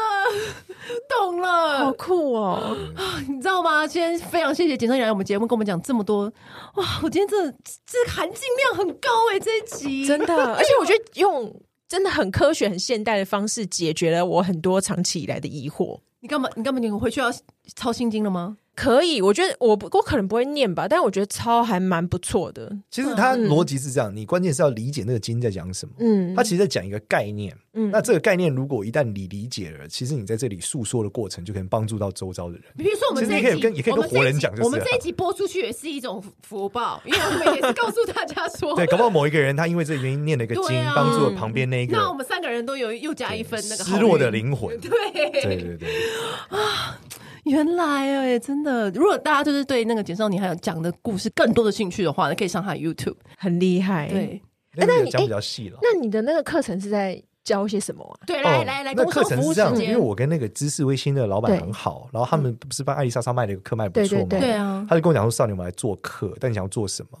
懂
好
了。
酷哦！
嗯
你知道吗？今天非常谢谢简正阳来我们节目，跟我们讲这么多。哇，我今天真的这含金量很高哎、这一集
真的， 而且我觉得用真的很科学、很现代的方式解决了我很多长期以来的疑惑。
你干嘛？你干嘛？你回去要抄心经了吗？
可以，我觉得我不我可能不会念吧，但我觉得抄还蛮不错的。
其
嗯
实他逻辑是这样，你关键是要理解那个经在讲什么。
嗯
他其实在讲一个概念，
嗯
那这个概念如果一旦你理解了，其实你在这里诉说的过程就可能帮助到周遭的人。
比如说我们
其
这
实
一集，
你可以跟也可以
我
跟
们这一
活人
集
讲就是了
我们这一集播出去也是一种福报，因为我们也是告诉大家说，
对，搞不好某一个人他因为这个原因念了一个经
对啊，
帮助了旁边那一个
那我们三个人都有又加一分那个好
失落的
运
灵魂。
对
对对对，
原来哎，真的，如果大家就是对那个简少年还有讲的故事更多的兴趣的话，可以上他的 YouTube。
很厉
哎
害。，
对
那
那
个
你
哎
讲比较细了。
那你的那个课程是在教些什么啊？
对，
哦
来，来来，
那
工
课
商
程
服务时
是这样，因
间
为，我跟那个知识微心的老板
对
很好，然后他们不是帮艾丽莎莎卖了一个课卖不错嘛，
对
对啊，
他就跟我讲说：“少年，我们来做课，但你想要做什么？”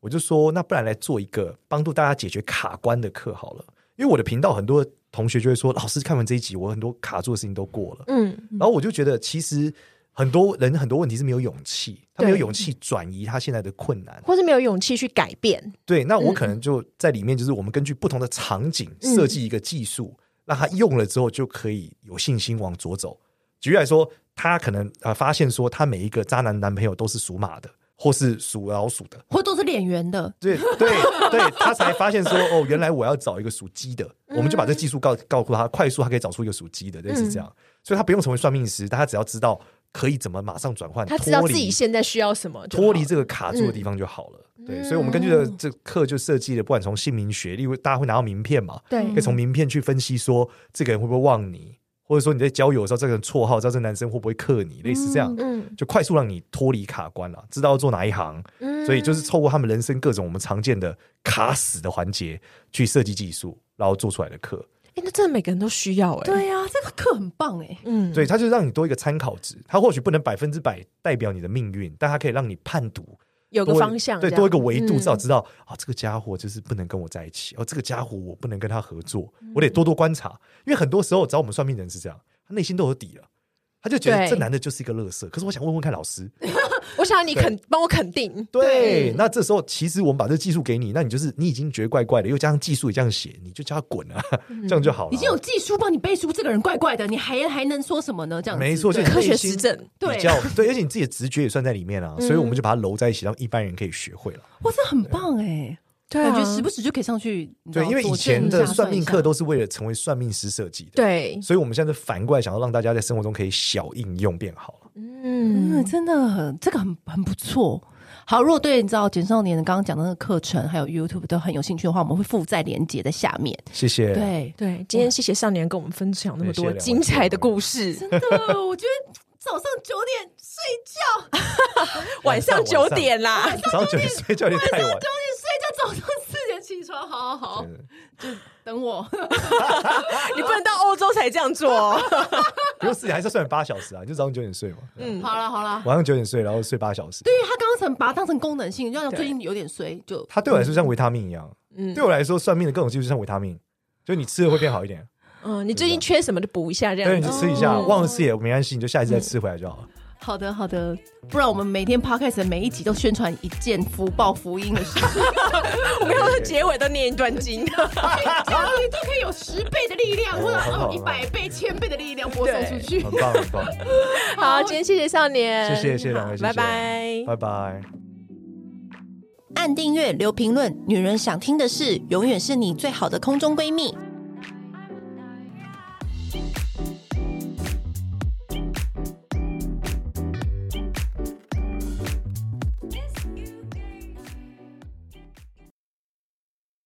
我就说：“那不然来做一个帮助大家解决卡关的课好了。”因为我的频道很多同学就会说：“老师，看完这一集，我很多卡住的事情都过了。
嗯，
然后我就觉得，其实很多人很多问题是没有勇气，他没有
对
勇气转移他现在的困难。
或是没有勇气去改变。
对，那
嗯
我可能就在里面，就是我们根据不同的场景设计一个技术，让他用了之后就可以有信心往左走。举例来说，他可能呃发现说，他每一个渣男男朋友都是属马的，或是属老鼠的，
或都是脸圆的，
对对对，他才发现说，哦，原来我要找一个属鸡的，
嗯
我们就把这技术告告诉他，快速他可以找出一个属鸡的，类
嗯
似这样，所以他不用成为算命师，但他只要知道可以怎么马上转换，
他知道
脱
自己
离
现在需要什么就好，嗯
脱离这个卡住的地方就好了。对，所以我们根据这个这个课就设计了，不管从姓名学，例如大家会拿到名片嘛，
对
可以从名片去分析说这个人会不会忘你，或者说你在交友的时候这个人绰号，知道这个男生会不会克你，类似这样，
嗯
就快速让你脱离卡关了，知道要做哪一行。
嗯
所以就是透过他们人生各种我们常见的卡死的环节去设计技术，然后做出来的课。
哎，那真的每个人都需要哎。，
对啊，这个课很棒哎，
嗯，
对，它就让你多一个参考值，它或许不能百分之百代表你的命运，但它可以让你判读
有个
多一
方向这
对，
样，
多一个维度，至少知道啊、这个家伙就是不能跟我在一起，哦，这个家伙我不能跟他合作，我得多多观察，因为很多时候找我们算命人是这样，他内心都有底了，他就觉得
对
这男的就是一个乐色，可是我想问问看老师，
嗯我想要你肯帮我肯定，
对，那这时候其实我们把这技术给你，那你就是你已经觉得怪怪的，又加上技术也这样写，你就叫他滚啊，这样就好了，
已经有技术帮你背书，这个人怪怪的，你还还能说什么呢？这样子
没错，就
对
是
科学
内心
实证。
对
比较对，而且你
嗯
自己的直觉也算在里面啊，所以我们就把它揉在一起，让一般人可以学会了。
哇，这很棒哎，
对
感
啊，
觉时不时就可以上去。你知道
对，因为以
佐证
前
一
的
下
算命课
一下
都是为了成为算命师设计的，
对，
所以我们现在是反过来想要让大家在生活中可以小应用变好了。
嗯，
嗯，
真的很这个很很不错。好，如果对你知道简少年刚刚讲的那个课程还有 YouTube 都很有兴趣的话，我们会附在连接在下面。
谢谢。
对，
对。今天谢谢少年跟我们分享那么
对
多
谢谢两位
精彩的故事，
真的，我觉得早上九点睡觉，
晚上
晚上
九点啦，
早上九点睡觉有点太晚。
九点睡觉，早 上四点起床，好好好，
嗯
等我。
你不能到欧洲才这样做哦。
不用四点还是算八小时啊，你就早上九点睡嘛，
嗯，
好了好了，
晚上九点睡，然后睡八小时。
对于他刚刚才把它当成功能性，要
对
最近有点衰，就
它对我来说像维他命一样，
嗯
对我来说算命的各种技术就像维他命，就你吃了会变好一点，
嗯，你最近缺什么就补一下，这
对，
样
你
子嗯
就。吃一下，
哦
忘了吃也没关系，你就下一次再吃回来就好了。
好的好的，不然我们每天 podcast 的每一集都宣传一件福报福音的事情，
我们要结尾都念一段 经，
这样你都可以有十倍的力量，或者
很哎好
有一百倍、千倍的力量播送出去
很。棒，很棒，
好，今天谢谢少年，
谢谢，谢谢两位，谢
拜
谢
拜。
拜拜。
按订阅，留评论，女人想听的事，永远是你最好的空中闺蜜。